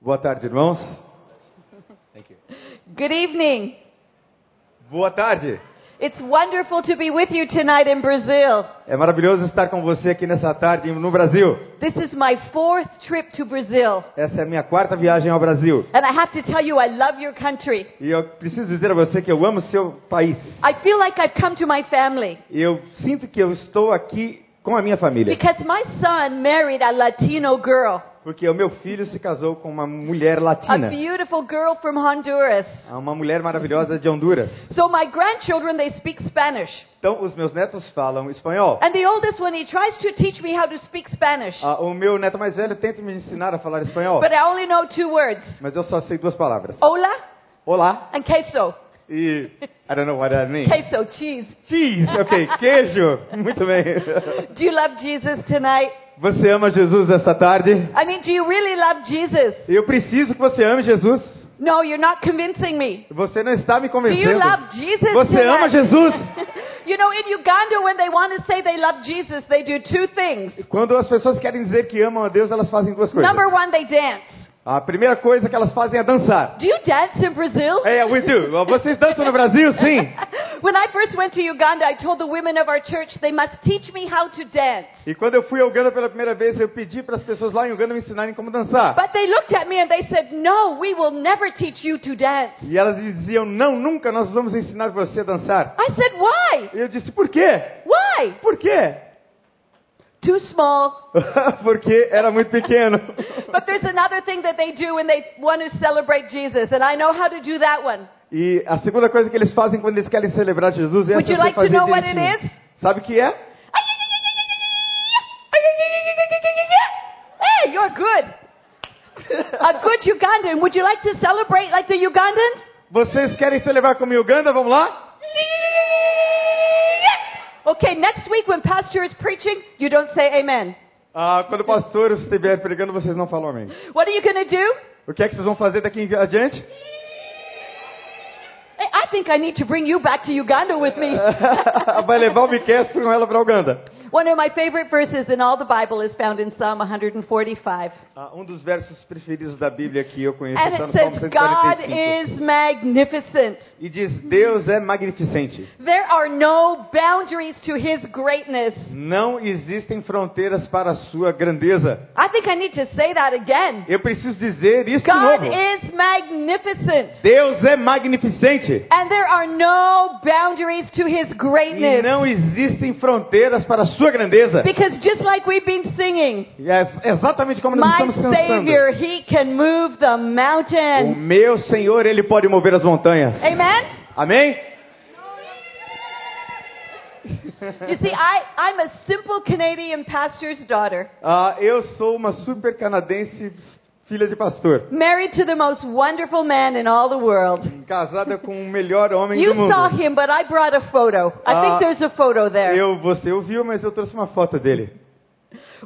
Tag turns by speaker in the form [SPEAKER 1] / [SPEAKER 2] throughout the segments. [SPEAKER 1] Boa tarde, irmãos.
[SPEAKER 2] Good evening.
[SPEAKER 1] Boa tarde.
[SPEAKER 2] It's wonderful to be with you tonight in Brazil.
[SPEAKER 1] É maravilhoso estar com você aqui nessa tarde no Brasil.
[SPEAKER 2] This is my fourth trip to Brazil.
[SPEAKER 1] Essa é a minha quarta viagem ao Brasil.
[SPEAKER 2] And I have to tell you, I love your country.
[SPEAKER 1] E eu preciso dizer a você que eu amo seu país.
[SPEAKER 2] I feel like I've come to my family
[SPEAKER 1] E eu sinto que eu estou aqui com a minha família.
[SPEAKER 2] because my son married a Latino girl,
[SPEAKER 1] Porque o meu filho se casou com uma mulher
[SPEAKER 2] a
[SPEAKER 1] latina. Ah,
[SPEAKER 2] beautiful girl from Honduras.
[SPEAKER 1] Uma mulher maravilhosa de Honduras.
[SPEAKER 2] So my grandchildren, they speak Spanish.
[SPEAKER 1] Então, os meus netos falam espanhol.
[SPEAKER 2] And the oldest one, he tries to teach me how to speak Spanish.
[SPEAKER 1] Ah, o meu neto mais velho tenta me ensinar a falar espanhol.
[SPEAKER 2] But I only know two words.
[SPEAKER 1] Mas eu só sei duas palavras.
[SPEAKER 2] Hola
[SPEAKER 1] Olá
[SPEAKER 2] and queso.
[SPEAKER 1] e... I don't know what that means.
[SPEAKER 2] Queso, cheese.
[SPEAKER 1] Cheese, ok, queijo. Muito bem.
[SPEAKER 2] Do you love Jesus tonight?
[SPEAKER 1] Você ama Jesus esta tarde?
[SPEAKER 2] I mean, do you really love Jesus?
[SPEAKER 1] Eu preciso que você ame Jesus.
[SPEAKER 2] No, you're not convincing me.
[SPEAKER 1] Você não está me
[SPEAKER 2] Do you
[SPEAKER 1] convencendo.
[SPEAKER 2] love Jesus?
[SPEAKER 1] Você ama
[SPEAKER 2] tonight?
[SPEAKER 1] Jesus?
[SPEAKER 2] You know, in Uganda, when they want to say they love Jesus, they do two things.
[SPEAKER 1] Quando as pessoas querem dizer que amam a Deus, elas fazem duas coisas.
[SPEAKER 2] Number one, they dance.
[SPEAKER 1] A primeira coisa que elas fazem é dançar.
[SPEAKER 2] Do you dance in Brazil?
[SPEAKER 1] É, we do. Vocês dançam no Brasil? Sim.
[SPEAKER 2] When I first went to Uganda, I told the women of our church they must teach me how to dance.
[SPEAKER 1] E quando eu fui a Uganda pela primeira vez, eu pedi para as pessoas lá em Uganda me ensinarem como dançar.
[SPEAKER 2] But they looked at me and they said, No, we will never teach you to dance.
[SPEAKER 1] E elas diziam, não, nunca nós vamos ensinar você a dançar.
[SPEAKER 2] I said, Why?
[SPEAKER 1] E eu disse, por quê?
[SPEAKER 2] Why?
[SPEAKER 1] Por quê?
[SPEAKER 2] Too small.
[SPEAKER 1] Porque era muito pequeno.
[SPEAKER 2] But there's another thing that they do when they want to celebrate Jesus, and I know how to do that one.
[SPEAKER 1] E a segunda coisa que eles fazem quando eles querem celebrar Jesus é
[SPEAKER 2] Would you
[SPEAKER 1] você
[SPEAKER 2] like to
[SPEAKER 1] fazer
[SPEAKER 2] know what it
[SPEAKER 1] direitinho.
[SPEAKER 2] is?
[SPEAKER 1] Sabe o que é?
[SPEAKER 2] Hey, you're good. A good Ugandan. Would you like to celebrate like the Ugandans?
[SPEAKER 1] Vocês querem celebrar como Uganda? Vamos lá?
[SPEAKER 2] Okay, next week when pastor is preaching, you don't say amen.
[SPEAKER 1] Ah, quando o pastor estiver pregando, vocês não falam amém.
[SPEAKER 2] What are you going to do?
[SPEAKER 1] O que é que vocês vão fazer daqui em adiante?
[SPEAKER 2] Hey, I think I need to bring you back to Uganda with me.
[SPEAKER 1] Vai levar o Miquel com ela para Uganda.
[SPEAKER 2] One of my favorite verses in all the Bible is found in Psalm 145.
[SPEAKER 1] Ah, um dos versos preferidos da Bíblia que eu conheço
[SPEAKER 2] And
[SPEAKER 1] está no
[SPEAKER 2] it
[SPEAKER 1] Salmo
[SPEAKER 2] says, God
[SPEAKER 1] 145.
[SPEAKER 2] is magnificent.
[SPEAKER 1] E diz, Deus é magnificente.
[SPEAKER 2] There are no boundaries to his greatness.
[SPEAKER 1] Não existem fronteiras para a sua grandeza.
[SPEAKER 2] I think I need to say that again.
[SPEAKER 1] Eu preciso dizer isso de
[SPEAKER 2] God
[SPEAKER 1] novo.
[SPEAKER 2] is magnificent.
[SPEAKER 1] Deus é magnificente.
[SPEAKER 2] And there are no boundaries to his
[SPEAKER 1] E
[SPEAKER 2] greatness.
[SPEAKER 1] não existem fronteiras para a sua grandeza.
[SPEAKER 2] Because just like we've been singing,
[SPEAKER 1] E é exatamente como nós
[SPEAKER 2] my
[SPEAKER 1] estamos cantando.
[SPEAKER 2] Savior, he can move the
[SPEAKER 1] O
[SPEAKER 2] mountain.
[SPEAKER 1] meu Senhor, Ele pode mover as montanhas.
[SPEAKER 2] Amen?
[SPEAKER 1] Amém?
[SPEAKER 2] You see, I, I'm a simple Canadian pastor's daughter,
[SPEAKER 1] Ah, eu sou uma super canadense filha de pastor.
[SPEAKER 2] married to the most wonderful man in all the world.
[SPEAKER 1] Casada com o melhor homem
[SPEAKER 2] You
[SPEAKER 1] do mundo.
[SPEAKER 2] saw him, but I brought a photo. I
[SPEAKER 1] Ah,
[SPEAKER 2] think there's a photo there.
[SPEAKER 1] Eu, você ouviu, mas eu trouxe uma foto dele.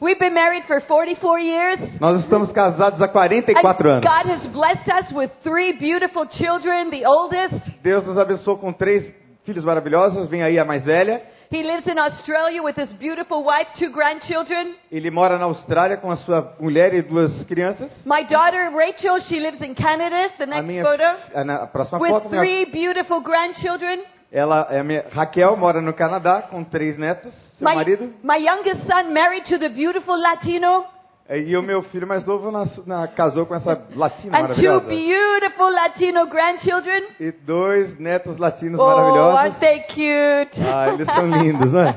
[SPEAKER 2] We've been married for 44 years.
[SPEAKER 1] Nós estamos casados há 44
[SPEAKER 2] And
[SPEAKER 1] anos.
[SPEAKER 2] God has blessed us with three beautiful children, the oldest.
[SPEAKER 1] Deus nos abençoou com três filhos maravilhosos. Vem aí a mais velha.
[SPEAKER 2] He lives in Australia with his beautiful wife, two grandchildren.
[SPEAKER 1] Ele mora na Austrália com a sua mulher e duas crianças.
[SPEAKER 2] My daughter Rachel, she lives in Canada, the
[SPEAKER 1] A
[SPEAKER 2] next
[SPEAKER 1] minha
[SPEAKER 2] photo,
[SPEAKER 1] a, na a próxima foto,
[SPEAKER 2] with
[SPEAKER 1] minha
[SPEAKER 2] three beautiful grandchildren.
[SPEAKER 1] Ela é minha, Raquel mora no Canadá com três netos, seu
[SPEAKER 2] My,
[SPEAKER 1] marido
[SPEAKER 2] my youngest son married to the beautiful Latino,
[SPEAKER 1] e o meu filho mais novo nas, na, casou com essa latina
[SPEAKER 2] and two
[SPEAKER 1] maravilhosa
[SPEAKER 2] beautiful Latino grandchildren.
[SPEAKER 1] e dois netos latinos
[SPEAKER 2] Oh, aren't
[SPEAKER 1] maravilhosos.
[SPEAKER 2] they cute?
[SPEAKER 1] Ah, eles são lindos, né?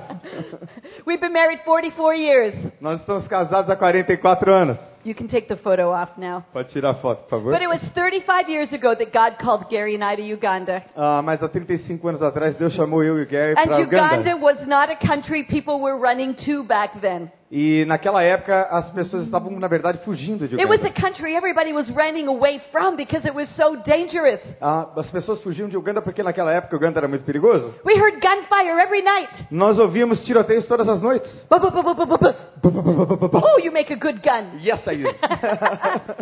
[SPEAKER 2] We've been married 44 years.
[SPEAKER 1] Nós estamos casados há 44 anos.
[SPEAKER 2] You can take the photo off now.
[SPEAKER 1] Pode tirar a foto, por favor.
[SPEAKER 2] But it was 35 years ago that God called Gary and I to Uganda.
[SPEAKER 1] Ah, mas há 35 anos atrás Deus chamou eu e o Gary
[SPEAKER 2] And
[SPEAKER 1] para Uganda.
[SPEAKER 2] Uganda was not a country people were running to back then.
[SPEAKER 1] E naquela época as pessoas estavam na verdade fugindo de
[SPEAKER 2] It was
[SPEAKER 1] Uganda.
[SPEAKER 2] a country everybody was running away from because it was so dangerous.
[SPEAKER 1] Ah, as pessoas fugiam de Uganda porque naquela época Uganda era muito perigoso.
[SPEAKER 2] We heard gunfire every night.
[SPEAKER 1] Nós ouvíamos tiroteios todas as noites.
[SPEAKER 2] Bu- bu- bu- bu- bu- bu- bu- Oh, you make a good gun.
[SPEAKER 1] Yes, I do.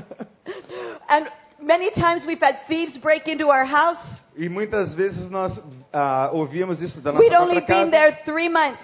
[SPEAKER 2] And many times we've had thieves break into our house.
[SPEAKER 1] E muitas vezes nós ah, ouvíamos isso da nossa
[SPEAKER 2] We'd only
[SPEAKER 1] própria
[SPEAKER 2] been
[SPEAKER 1] casa.
[SPEAKER 2] there three months.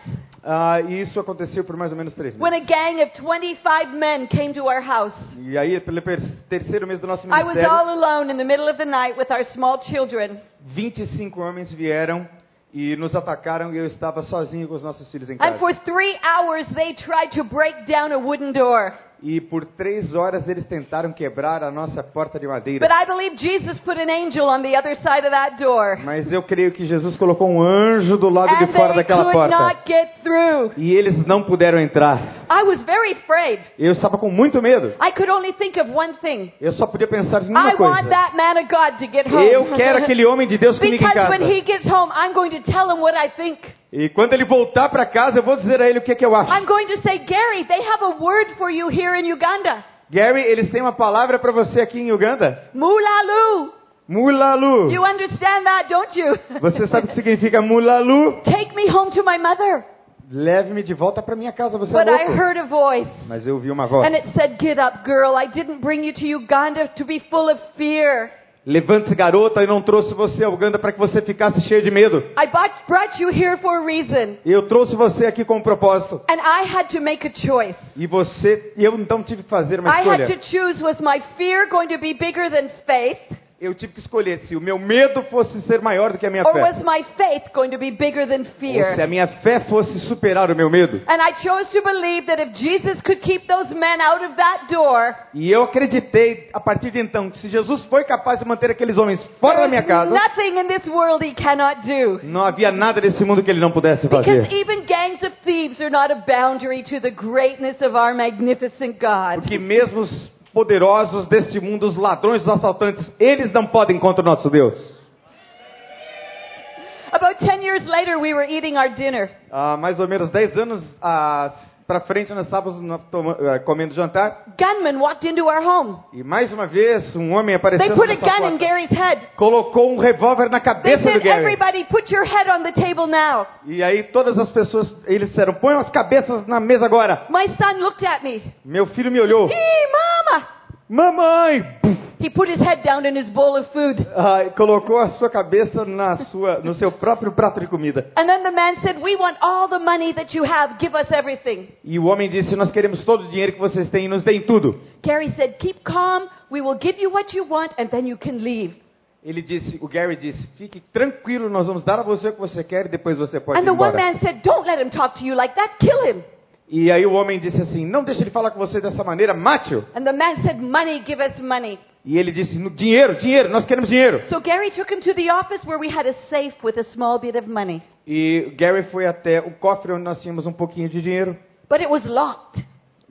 [SPEAKER 1] Ah, e isso aconteceu por mais ou menos três
[SPEAKER 2] when
[SPEAKER 1] meses.
[SPEAKER 2] a gang of 25 men came to our house.
[SPEAKER 1] E aí, pelo per- terceiro mês do nosso
[SPEAKER 2] I was
[SPEAKER 1] ministério,
[SPEAKER 2] all alone in the middle of the night with our small children.
[SPEAKER 1] 25 homens vieram e nos atacaram e eu estava sozinho com os nossos filhos em
[SPEAKER 2] And
[SPEAKER 1] casa.
[SPEAKER 2] for three hours, they tried to break down a wooden door.
[SPEAKER 1] E por três horas eles tentaram quebrar a nossa porta de madeira.
[SPEAKER 2] But I believe Jesus put an angel on the other side of that door.
[SPEAKER 1] Mas eu creio que Jesus colocou um anjo do lado de
[SPEAKER 2] And
[SPEAKER 1] fora
[SPEAKER 2] they
[SPEAKER 1] daquela
[SPEAKER 2] could
[SPEAKER 1] porta.
[SPEAKER 2] not get through.
[SPEAKER 1] E eles não puderam entrar.
[SPEAKER 2] I was very afraid.
[SPEAKER 1] Eu estava com muito medo.
[SPEAKER 2] I could only think of one thing.
[SPEAKER 1] Eu só podia pensar em
[SPEAKER 2] I
[SPEAKER 1] uma
[SPEAKER 2] want
[SPEAKER 1] coisa.
[SPEAKER 2] that man of God to get home.
[SPEAKER 1] Eu quero aquele homem de Deus comigo em
[SPEAKER 2] because
[SPEAKER 1] casa.
[SPEAKER 2] when he gets home, I'm going to tell him what I think.
[SPEAKER 1] E quando ele voltar para casa, eu vou dizer a ele o que, é que eu acho.
[SPEAKER 2] I'm going to say, Gary, they have a word for you here in Uganda.
[SPEAKER 1] Gary, eles têm uma palavra para você aqui em Uganda.
[SPEAKER 2] Mulalu.
[SPEAKER 1] Mulalu.
[SPEAKER 2] You understand that, don't you?
[SPEAKER 1] Você sabe o que significa mulalu?
[SPEAKER 2] Take me home to my mother.
[SPEAKER 1] Leve-me de volta para minha casa, você
[SPEAKER 2] But
[SPEAKER 1] é
[SPEAKER 2] I
[SPEAKER 1] louco.
[SPEAKER 2] heard a voice.
[SPEAKER 1] Mas eu ouvi uma voz.
[SPEAKER 2] And it said, Get up, girl. I didn't bring you to Uganda to be full of fear.
[SPEAKER 1] Levante-se, garota, eu não trouxe você a Uganda para que você ficasse cheio de medo.
[SPEAKER 2] I bought, brought you here for a reason.
[SPEAKER 1] Eu trouxe você aqui com um propósito.
[SPEAKER 2] And I had to make a choice.
[SPEAKER 1] E você, e eu então tive que fazer uma
[SPEAKER 2] I had to
[SPEAKER 1] escolha.
[SPEAKER 2] choose was my fear going to be bigger than faith,
[SPEAKER 1] Eu tive que escolher se o meu medo fosse ser maior do que a minha
[SPEAKER 2] or
[SPEAKER 1] fé.
[SPEAKER 2] was my faith going to be bigger than
[SPEAKER 1] Ou se a
[SPEAKER 2] fear?
[SPEAKER 1] minha fé fosse superar o meu medo.
[SPEAKER 2] And I chose to believe that if Jesus could keep those men out of that door,
[SPEAKER 1] E eu acreditei a partir de então que se Jesus foi capaz de manter aqueles homens fora da
[SPEAKER 2] there's
[SPEAKER 1] minha casa,
[SPEAKER 2] nothing in this world he cannot do.
[SPEAKER 1] não havia nada nesse mundo que ele não pudesse
[SPEAKER 2] Because
[SPEAKER 1] fazer.
[SPEAKER 2] even gangs of thieves are not a boundary to the greatness of our magnificent God.
[SPEAKER 1] Porque mesmo os poderosos deste mundo, os ladrões, os assaltantes, eles não podem contra o nosso Deus.
[SPEAKER 2] About 10 years later, we were eating our dinner.
[SPEAKER 1] Há mais ou menos 10 anos ah, para frente, nós estávamos na- toma- ah, comendo jantar
[SPEAKER 2] Gunmen walked into our home.
[SPEAKER 1] e mais uma vez um homem
[SPEAKER 2] They
[SPEAKER 1] apareceu na
[SPEAKER 2] put a
[SPEAKER 1] nossa
[SPEAKER 2] gun in
[SPEAKER 1] porta.
[SPEAKER 2] Gary's head.
[SPEAKER 1] colocou um revólver na
[SPEAKER 2] They
[SPEAKER 1] cabeça do
[SPEAKER 2] said,
[SPEAKER 1] Gary.
[SPEAKER 2] everybody, put your head on the table now.
[SPEAKER 1] E aí todas as pessoas, eles disseram, põe as cabeças na mesa agora.
[SPEAKER 2] My son looked at me.
[SPEAKER 1] Meu filho me olhou,
[SPEAKER 2] Hey, mama!
[SPEAKER 1] mamãe!
[SPEAKER 2] He put his head down in his bowl of food.
[SPEAKER 1] Ah, e colocou a sua cabeça na sua, no seu próprio prato de comida.
[SPEAKER 2] And then the man said, We want all the money that you have. Give us everything.
[SPEAKER 1] E o homem disse, nós queremos todo o dinheiro que vocês têm e nos deem tudo.
[SPEAKER 2] Gary said, Keep calm. We will give you what you want, and then you can leave.
[SPEAKER 1] Ele disse, o Gary disse, fique tranquilo, nós vamos dar a você o que você quer e depois você pode
[SPEAKER 2] And
[SPEAKER 1] ir
[SPEAKER 2] the one
[SPEAKER 1] embora.
[SPEAKER 2] man said, Don't let him talk to you like that. Kill him.
[SPEAKER 1] E aí o homem disse assim, não deixe ele falar com você dessa maneira, mate-o.
[SPEAKER 2] And the man said, Money, give us money.
[SPEAKER 1] E ele disse, "No- dinheiro, dinheiro, nós queremos dinheiro.
[SPEAKER 2] So Gary took him to the office where we had a safe with a small bit of money.
[SPEAKER 1] E Gary foi até o cofre onde nós tínhamos um pouquinho de dinheiro
[SPEAKER 2] But it was locked.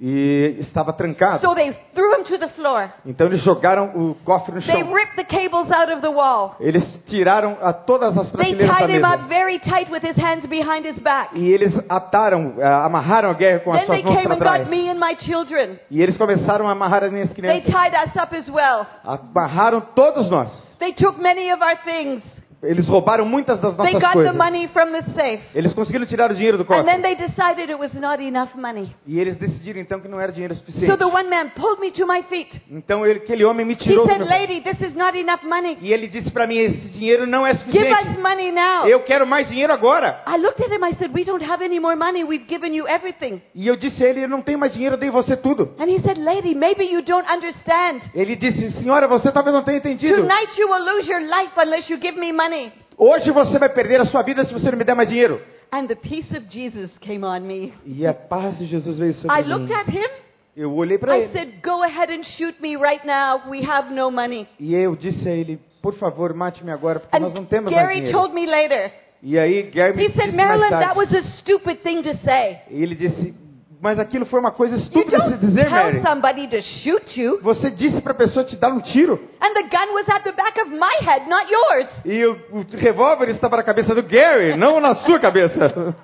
[SPEAKER 1] e estava trancado.
[SPEAKER 2] So they threw him to the floor.
[SPEAKER 1] Então eles jogaram o cofre no
[SPEAKER 2] They
[SPEAKER 1] chão.
[SPEAKER 2] ripped the cables out of the wall.
[SPEAKER 1] Eles tiraram a todas as
[SPEAKER 2] They
[SPEAKER 1] prateleiras da
[SPEAKER 2] tied him
[SPEAKER 1] mesa.
[SPEAKER 2] up very tight with his hands behind his back.
[SPEAKER 1] E eles ataram, ah, amarraram a Gary com as
[SPEAKER 2] Then they
[SPEAKER 1] suas mãos
[SPEAKER 2] came
[SPEAKER 1] para
[SPEAKER 2] and got
[SPEAKER 1] trás.
[SPEAKER 2] me and my children.
[SPEAKER 1] E eles começaram a amarrar as minhas
[SPEAKER 2] They
[SPEAKER 1] crianças.
[SPEAKER 2] tied us up as well.
[SPEAKER 1] Amarraram todos nós.
[SPEAKER 2] They took many of our things.
[SPEAKER 1] Eles roubaram muitas das
[SPEAKER 2] They
[SPEAKER 1] nossas
[SPEAKER 2] got the
[SPEAKER 1] coisas.
[SPEAKER 2] money from the safe.
[SPEAKER 1] Eles conseguiram tirar o dinheiro do
[SPEAKER 2] And
[SPEAKER 1] cofre.
[SPEAKER 2] then they decided it was not enough money.
[SPEAKER 1] E eles decidiram então que não era dinheiro
[SPEAKER 2] So
[SPEAKER 1] suficiente.
[SPEAKER 2] the one man pulled me to my feet.
[SPEAKER 1] Então ele, aquele homem me
[SPEAKER 2] He
[SPEAKER 1] tirou do
[SPEAKER 2] said,
[SPEAKER 1] meu pé.
[SPEAKER 2] Lady, this is not enough money.
[SPEAKER 1] E ele disse para mim, esse dinheiro não é
[SPEAKER 2] Give
[SPEAKER 1] suficiente.
[SPEAKER 2] us money now.
[SPEAKER 1] Eu quero mais dinheiro agora.
[SPEAKER 2] I looked at him. I said, We don't have any more money. We've given you everything.
[SPEAKER 1] E eu disse a ele, eu não tenho mais dinheiro, eu dei você tudo.
[SPEAKER 2] And he said, Lady, maybe you don't understand.
[SPEAKER 1] Ele disse, senhora, você talvez não tenha entendido.
[SPEAKER 2] Tonight you will lose your life unless you give me money.
[SPEAKER 1] Hoje você vai perder a sua vida se você não me der mais dinheiro.
[SPEAKER 2] And the peace of Jesus came on me.
[SPEAKER 1] E a paz de Jesus veio sobre
[SPEAKER 2] I
[SPEAKER 1] mim.
[SPEAKER 2] looked at him.
[SPEAKER 1] Eu olhei para
[SPEAKER 2] I
[SPEAKER 1] ele
[SPEAKER 2] said, go ahead and shoot me right now. We have no money.
[SPEAKER 1] e eu disse a ele, por favor, mate-me agora, porque nós não
[SPEAKER 2] And
[SPEAKER 1] temos mais
[SPEAKER 2] Gary
[SPEAKER 1] dinheiro.
[SPEAKER 2] told me later.
[SPEAKER 1] E aí, Gary me
[SPEAKER 2] He
[SPEAKER 1] disse
[SPEAKER 2] said,
[SPEAKER 1] mais
[SPEAKER 2] Marilyn, that
[SPEAKER 1] tarde.
[SPEAKER 2] was a stupid thing to say.
[SPEAKER 1] E ele disse, mas aquilo foi uma coisa
[SPEAKER 2] You
[SPEAKER 1] estúpida de
[SPEAKER 2] don't
[SPEAKER 1] se dizer,
[SPEAKER 2] tell
[SPEAKER 1] Mary.
[SPEAKER 2] somebody to shoot you.
[SPEAKER 1] Você disse para a pessoa te dar um tiro.
[SPEAKER 2] And the gun was at the back of my head, not yours.
[SPEAKER 1] E o, o revólver estava na cabeça do Gary, não na sua cabeça.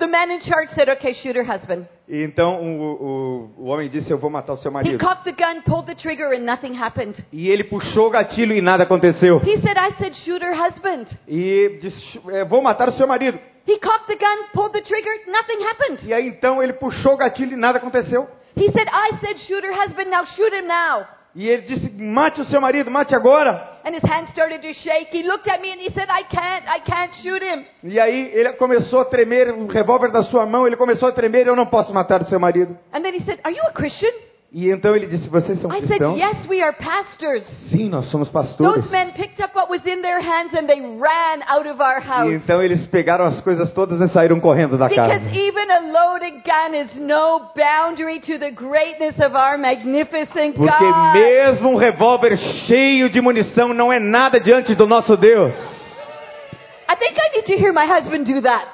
[SPEAKER 2] The man in charge said, okay, shoot her husband.
[SPEAKER 1] E então o, o- o homem disse, eu vou matar o seu
[SPEAKER 2] He
[SPEAKER 1] marido.
[SPEAKER 2] cocked the gun, pulled the trigger, and nothing happened.
[SPEAKER 1] E ele puxou o gatilho e nada aconteceu.
[SPEAKER 2] He said, I said, shoot her husband.
[SPEAKER 1] E disse, "É, vou matar o seu marido.
[SPEAKER 2] He cocked the gun, pulled the trigger, nothing happened.
[SPEAKER 1] E aí então ele puxou o gatilho e nada aconteceu.
[SPEAKER 2] He said, I said, shoot her husband, now shoot him now.
[SPEAKER 1] E ele disse: mate o seu marido, mate agora.
[SPEAKER 2] And his hand started to shake. He looked at me and he said, I can't, I can't shoot him.
[SPEAKER 1] E aí ele começou a tremer, o revólver da sua mão, ele começou a tremer: eu não posso matar o seu marido.
[SPEAKER 2] And then he said, Are you a Christian?
[SPEAKER 1] E então ele disse: vocês são
[SPEAKER 2] I said,
[SPEAKER 1] cristãos?
[SPEAKER 2] Yes, we are pastors.
[SPEAKER 1] Sim, nós somos pastores.
[SPEAKER 2] Those men picked up what was in their hands and they ran out of our
[SPEAKER 1] E
[SPEAKER 2] house.
[SPEAKER 1] então eles pegaram as coisas todas e saíram correndo da casa.
[SPEAKER 2] Because even a loaded gun is no boundary to the greatness of our magnificent
[SPEAKER 1] Porque
[SPEAKER 2] God.
[SPEAKER 1] mesmo um revólver cheio de munição não é nada diante do nosso Deus.
[SPEAKER 2] I think I need to hear my husband do that.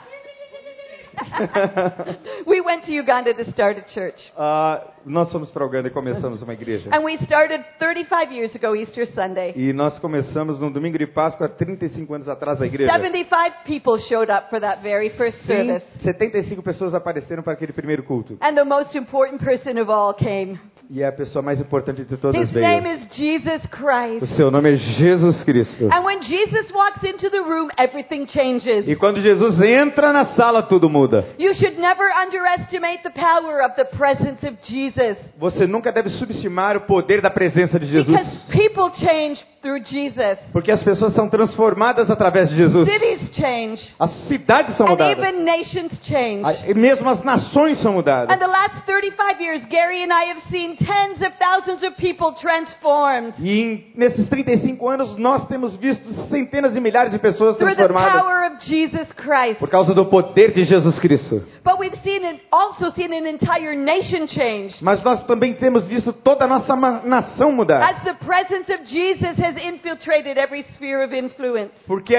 [SPEAKER 2] we went to Uganda to start a church.
[SPEAKER 1] Ah, nós somos para Uganda e começamos uma igreja.
[SPEAKER 2] And we started 35 years ago, Easter Sunday.
[SPEAKER 1] E nós começamos no domingo de Páscoa, 35 anos atrás, a igreja.
[SPEAKER 2] 75 people showed up for that very first service.
[SPEAKER 1] Sim, 75 pessoas apareceram para aquele primeiro culto.
[SPEAKER 2] And the most important person of all came.
[SPEAKER 1] E é a pessoa mais importante de
[SPEAKER 2] His
[SPEAKER 1] todas
[SPEAKER 2] name
[SPEAKER 1] veio.
[SPEAKER 2] is Jesus
[SPEAKER 1] O
[SPEAKER 2] Christ.
[SPEAKER 1] seu nome é Jesus Cristo.
[SPEAKER 2] And when Jesus walks into the room, everything changes.
[SPEAKER 1] E quando Jesus entra na sala, tudo muda.
[SPEAKER 2] You should never underestimate the power of the presence of Jesus.
[SPEAKER 1] Você nunca deve subestimar o poder da presença de Jesus.
[SPEAKER 2] Because people change through Jesus.
[SPEAKER 1] Porque as pessoas são transformadas através de Jesus.
[SPEAKER 2] Cities change.
[SPEAKER 1] As cidades são
[SPEAKER 2] And
[SPEAKER 1] mudadas.
[SPEAKER 2] even nations change.
[SPEAKER 1] A- E mesmo as nações são mudadas.
[SPEAKER 2] And the last 35 years, Gary and I have seen tens of thousands of people transformed
[SPEAKER 1] E em- nesses 35 anos nós temos visto centenas de milhares de pessoas
[SPEAKER 2] through the
[SPEAKER 1] transformadas
[SPEAKER 2] power of Jesus Christ.
[SPEAKER 1] por causa do poder de Jesus Cristo.
[SPEAKER 2] But we've seen and also seen an entire nation change
[SPEAKER 1] Mas nós também temos visto toda a nossa ma- nação mudar.
[SPEAKER 2] as the presence of Jesus has infiltrated every sphere of influence.
[SPEAKER 1] Porque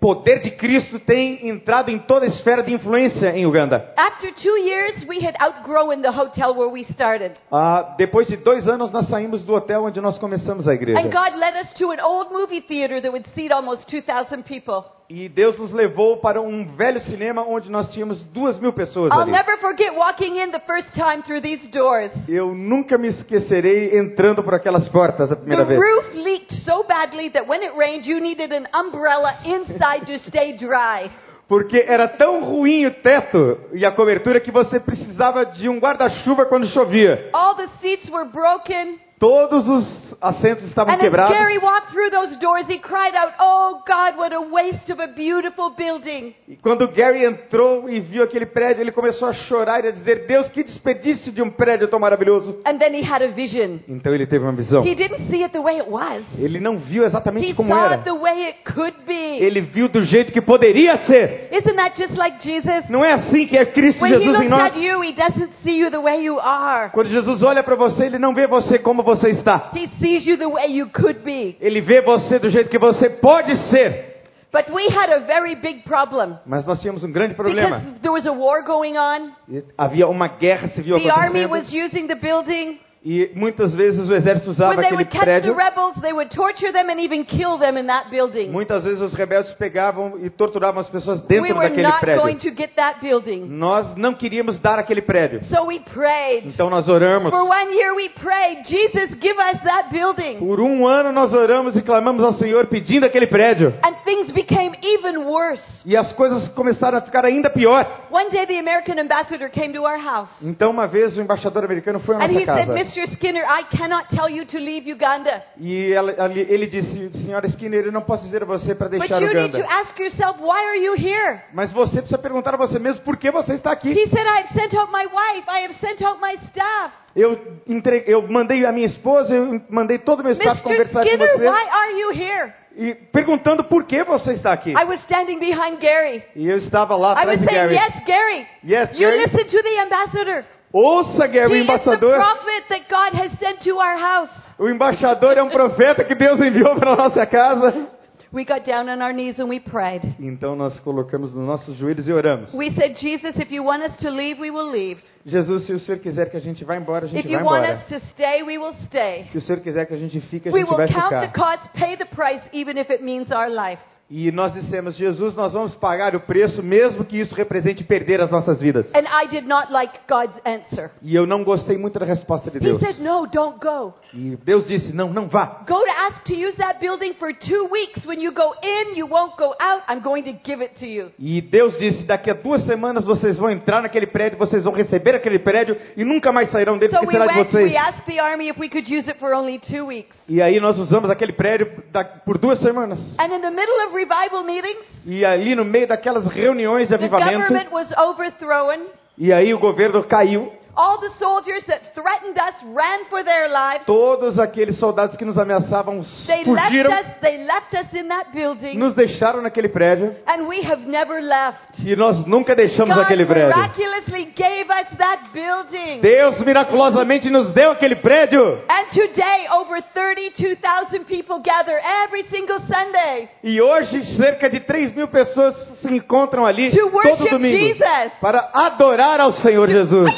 [SPEAKER 1] o poder de Cristo tem entrado em toda a esfera de influência em Uganda.
[SPEAKER 2] After two years, we had outgrown the hotel where we started.
[SPEAKER 1] Ah, depois de dois anos nós saímos do hotel onde nós começamos a igreja.
[SPEAKER 2] And God led us to an old movie theater that would seat almost 2,000 people.
[SPEAKER 1] E Deus nos levou para um velho cinema onde nós tínhamos duas mil pessoas
[SPEAKER 2] I'll
[SPEAKER 1] ali.
[SPEAKER 2] never forget walking in the first time through these doors.
[SPEAKER 1] Eu nunca me esquecerei entrando por aquelas portas a primeira
[SPEAKER 2] The
[SPEAKER 1] vez.
[SPEAKER 2] roof leaked so badly that when it rained, you needed an umbrella inside to stay dry.
[SPEAKER 1] Porque era tão ruim o teto e a cobertura que você precisava de um guarda-chuva quando chovia.
[SPEAKER 2] All the seats were broken.
[SPEAKER 1] Todos os assentos estavam
[SPEAKER 2] And as
[SPEAKER 1] quebrados.
[SPEAKER 2] Gary walked through those doors, he cried out, Oh God, what a waste of a beautiful building.
[SPEAKER 1] E quando Gary entrou e viu aquele prédio, ele começou a chorar e a dizer: Deus, que desperdício de um prédio tão maravilhoso.
[SPEAKER 2] And then he had a vision.
[SPEAKER 1] Então ele teve uma visão.
[SPEAKER 2] He didn't see it the way it was,
[SPEAKER 1] Ele não viu
[SPEAKER 2] he
[SPEAKER 1] exatamente como
[SPEAKER 2] saw it
[SPEAKER 1] era.
[SPEAKER 2] the way it could be.
[SPEAKER 1] Ele viu do jeito que poderia ser.
[SPEAKER 2] Isn't that just like Jesus?
[SPEAKER 1] Não é assim que é Cristo
[SPEAKER 2] When he
[SPEAKER 1] Jesus em
[SPEAKER 2] looks
[SPEAKER 1] nós.
[SPEAKER 2] at you, he doesn't see you the way you are.
[SPEAKER 1] Quando Jesus olha para você, ele não vê você como você está.
[SPEAKER 2] He sees you the way you could be.
[SPEAKER 1] Ele vê você do jeito que você pode ser.
[SPEAKER 2] But we had a very big problem.
[SPEAKER 1] Mas nós tínhamos um grande problema.
[SPEAKER 2] Because there was a war going on.
[SPEAKER 1] E Havia uma guerra civil
[SPEAKER 2] The army was
[SPEAKER 1] acontecendo
[SPEAKER 2] using the building.
[SPEAKER 1] e muitas vezes o exército
[SPEAKER 2] When
[SPEAKER 1] usava
[SPEAKER 2] they
[SPEAKER 1] aquele
[SPEAKER 2] would catch the
[SPEAKER 1] prédio.
[SPEAKER 2] rebels, they would torture them and even kill them in that building.
[SPEAKER 1] Muitas vezes os rebeldes pegavam e torturavam as pessoas
[SPEAKER 2] We
[SPEAKER 1] dentro
[SPEAKER 2] were
[SPEAKER 1] daquele
[SPEAKER 2] not going
[SPEAKER 1] prédio.
[SPEAKER 2] to get that building.
[SPEAKER 1] Nós não queríamos dar aquele prédio.
[SPEAKER 2] So we prayed.
[SPEAKER 1] Então nós oramos.
[SPEAKER 2] For one year we prayed, Jesus, give us that building.
[SPEAKER 1] Por um ano nós oramos e clamamos ao Senhor pedindo aquele prédio.
[SPEAKER 2] And things became even worse.
[SPEAKER 1] E as coisas começaram a ficar ainda pior.
[SPEAKER 2] One day the American ambassador came to our house.
[SPEAKER 1] Então uma vez o embaixador americano foi à
[SPEAKER 2] And
[SPEAKER 1] nossa
[SPEAKER 2] he said,
[SPEAKER 1] casa.
[SPEAKER 2] Mr. Skinner, I cannot tell you to leave Uganda.
[SPEAKER 1] E ela- ali- ele disse, senhora Skinner, eu não posso dizer a você para
[SPEAKER 2] But
[SPEAKER 1] deixar
[SPEAKER 2] you need
[SPEAKER 1] Uganda.
[SPEAKER 2] to ask yourself, why are you here?
[SPEAKER 1] Mas você precisa perguntar a você mesmo por que você está aqui.
[SPEAKER 2] He said, I have sent out my wife. I have sent out my staff.
[SPEAKER 1] Eu, entre- eu mandei a minha esposa, eu mandei todo o meu staff
[SPEAKER 2] Mr.
[SPEAKER 1] conversar com
[SPEAKER 2] Skinner,
[SPEAKER 1] você
[SPEAKER 2] why are you here?
[SPEAKER 1] e perguntando por que você está aqui.
[SPEAKER 2] I was standing behind Gary.
[SPEAKER 1] E eu estava lá
[SPEAKER 2] I
[SPEAKER 1] atrás
[SPEAKER 2] was
[SPEAKER 1] de
[SPEAKER 2] saying,
[SPEAKER 1] Gary.
[SPEAKER 2] Yes, Gary.
[SPEAKER 1] Yes,
[SPEAKER 2] you
[SPEAKER 1] Gary.
[SPEAKER 2] listen to the ambassador.
[SPEAKER 1] Ouça, Gary, o
[SPEAKER 2] he is the
[SPEAKER 1] embaixador.
[SPEAKER 2] prophet that God has sent to our house.
[SPEAKER 1] O embaixador é um profeta que Deus enviou para a nossa casa.
[SPEAKER 2] We got down on our knees and we prayed.
[SPEAKER 1] Então nós colocamos nos nossos joelhos e oramos.
[SPEAKER 2] We said, Jesus, if you want us to leave, we will leave.
[SPEAKER 1] Jesus, se o Senhor quiser que a gente vá embora, a gente
[SPEAKER 2] If you
[SPEAKER 1] vai
[SPEAKER 2] want
[SPEAKER 1] embora.
[SPEAKER 2] us to stay, we will stay.
[SPEAKER 1] Se o Senhor quiser que a gente fique, a
[SPEAKER 2] We
[SPEAKER 1] gente
[SPEAKER 2] will
[SPEAKER 1] vai
[SPEAKER 2] count the
[SPEAKER 1] ficar.
[SPEAKER 2] cost, pay the price, even if it means our life.
[SPEAKER 1] E nós dissemos, Jesus, nós vamos pagar o preço, mesmo que isso represente perder as nossas vidas.
[SPEAKER 2] And I did not like God's answer.
[SPEAKER 1] E eu não gostei muito da resposta de
[SPEAKER 2] He
[SPEAKER 1] Deus.
[SPEAKER 2] said, No, don't go.
[SPEAKER 1] E Deus disse, não, não vá.
[SPEAKER 2] Go to ask to use that building for two weeks. When you go in, you won't go out. I'm going to give it to you.
[SPEAKER 1] E Deus disse, daqui a duas semanas vocês vão entrar naquele prédio, vocês vão receber aquele prédio e nunca mais sairão dele,
[SPEAKER 2] So
[SPEAKER 1] porque
[SPEAKER 2] we
[SPEAKER 1] será de
[SPEAKER 2] went,
[SPEAKER 1] vocês.
[SPEAKER 2] we asked the army if we could use it for only two weeks.
[SPEAKER 1] E aí nós usamos aquele prédio da- por duas semanas.
[SPEAKER 2] And in the middle of revival meetings,
[SPEAKER 1] E ali no meio daquelas reuniões de
[SPEAKER 2] the
[SPEAKER 1] avivamento,
[SPEAKER 2] government was overthrown.
[SPEAKER 1] e aí o governo caiu.
[SPEAKER 2] All the soldiers that threatened us ran for their lives.
[SPEAKER 1] Todos aqueles soldados que nos ameaçavam
[SPEAKER 2] They
[SPEAKER 1] fugiram,
[SPEAKER 2] left us. They left us in that building,
[SPEAKER 1] nos deixaram naquele prédio.
[SPEAKER 2] and we have never left.
[SPEAKER 1] E nós nunca deixamos
[SPEAKER 2] God
[SPEAKER 1] aquele prédio.
[SPEAKER 2] miraculously gave us that building.
[SPEAKER 1] Deus miraculosamente nos deu aquele prédio.
[SPEAKER 2] And today, over 32,000 people gather every single Sunday
[SPEAKER 1] E hoje cerca de 3 mil pessoas se encontram ali
[SPEAKER 2] to
[SPEAKER 1] todo
[SPEAKER 2] worship
[SPEAKER 1] domingo
[SPEAKER 2] Jesus.
[SPEAKER 1] para adorar ao Senhor Jesus.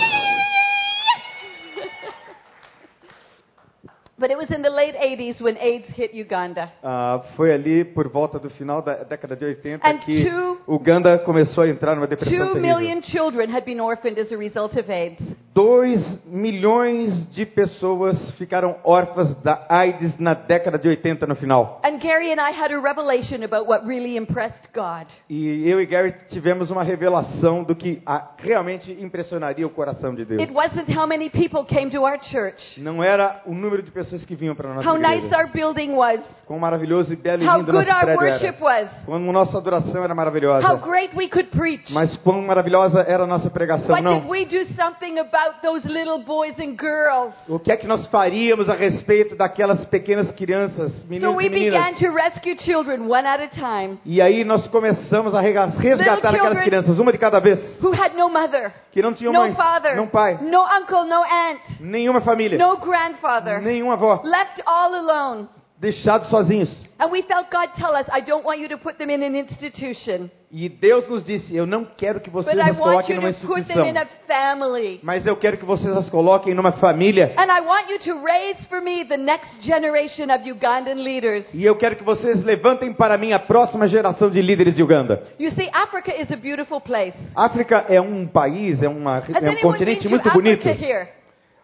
[SPEAKER 2] But it was in the late 80s when AIDS hit Uganda.
[SPEAKER 1] Ah, foi ali por volta do final da década de 80
[SPEAKER 2] And
[SPEAKER 1] que
[SPEAKER 2] two-
[SPEAKER 1] Uganda começou a entrar numa depressão
[SPEAKER 2] Two
[SPEAKER 1] terrível.
[SPEAKER 2] million children had been orphaned as a result of AIDS.
[SPEAKER 1] 2 milhões de pessoas ficaram órfãs da AIDS na década de 80 no final.
[SPEAKER 2] And Gary and I had a revelation about what really impressed God.
[SPEAKER 1] E eu e Gary tivemos uma revelação do que ah, realmente impressionaria o coração de Deus.
[SPEAKER 2] It wasn't how many people came to our church,
[SPEAKER 1] Não era o número de pessoas que vinham para nossa
[SPEAKER 2] how
[SPEAKER 1] igreja.
[SPEAKER 2] nice our building was,
[SPEAKER 1] Quão maravilhoso e belo e
[SPEAKER 2] how
[SPEAKER 1] lindo
[SPEAKER 2] good
[SPEAKER 1] nosso
[SPEAKER 2] our
[SPEAKER 1] prédio
[SPEAKER 2] worship
[SPEAKER 1] era.
[SPEAKER 2] was,
[SPEAKER 1] Como nossa adoração era maravilhosa.
[SPEAKER 2] how great we could preach.
[SPEAKER 1] Mas quão maravilhosa era a nossa pregação,
[SPEAKER 2] But did
[SPEAKER 1] não.
[SPEAKER 2] we do something about those little boys and girls?
[SPEAKER 1] O que é que nós faríamos a respeito daquelas pequenas crianças,
[SPEAKER 2] So
[SPEAKER 1] meninos
[SPEAKER 2] we
[SPEAKER 1] e meninas?
[SPEAKER 2] began to rescue children one at a time
[SPEAKER 1] E aí nós começamos a rega- resgatar aquelas
[SPEAKER 2] children-
[SPEAKER 1] crianças, uma de cada vez,
[SPEAKER 2] who had no mother,
[SPEAKER 1] que não tinham
[SPEAKER 2] no
[SPEAKER 1] mãe,
[SPEAKER 2] father,
[SPEAKER 1] não pai,
[SPEAKER 2] no uncle, no aunt,
[SPEAKER 1] nenhuma família,
[SPEAKER 2] no grandfather,
[SPEAKER 1] nenhuma avó,
[SPEAKER 2] left all alone.
[SPEAKER 1] deixados sozinhos.
[SPEAKER 2] And we felt God tell us, I don't want you to put them in an institution,
[SPEAKER 1] E Deus nos disse, eu não quero que vocês
[SPEAKER 2] but I
[SPEAKER 1] as
[SPEAKER 2] want
[SPEAKER 1] coloquem
[SPEAKER 2] you
[SPEAKER 1] numa
[SPEAKER 2] to put them
[SPEAKER 1] instituição,
[SPEAKER 2] in a family.
[SPEAKER 1] mas eu quero que vocês as coloquem numa família.
[SPEAKER 2] And I want you to raise for me the next generation of Ugandan leaders.
[SPEAKER 1] E eu quero que vocês levantem para mim a próxima geração de líderes de Uganda.
[SPEAKER 2] You see, Africa is a beautiful place.
[SPEAKER 1] África é um país, é, uma,
[SPEAKER 2] Has
[SPEAKER 1] é um
[SPEAKER 2] anyone been
[SPEAKER 1] continente
[SPEAKER 2] to
[SPEAKER 1] muito bonito.
[SPEAKER 2] Africa here?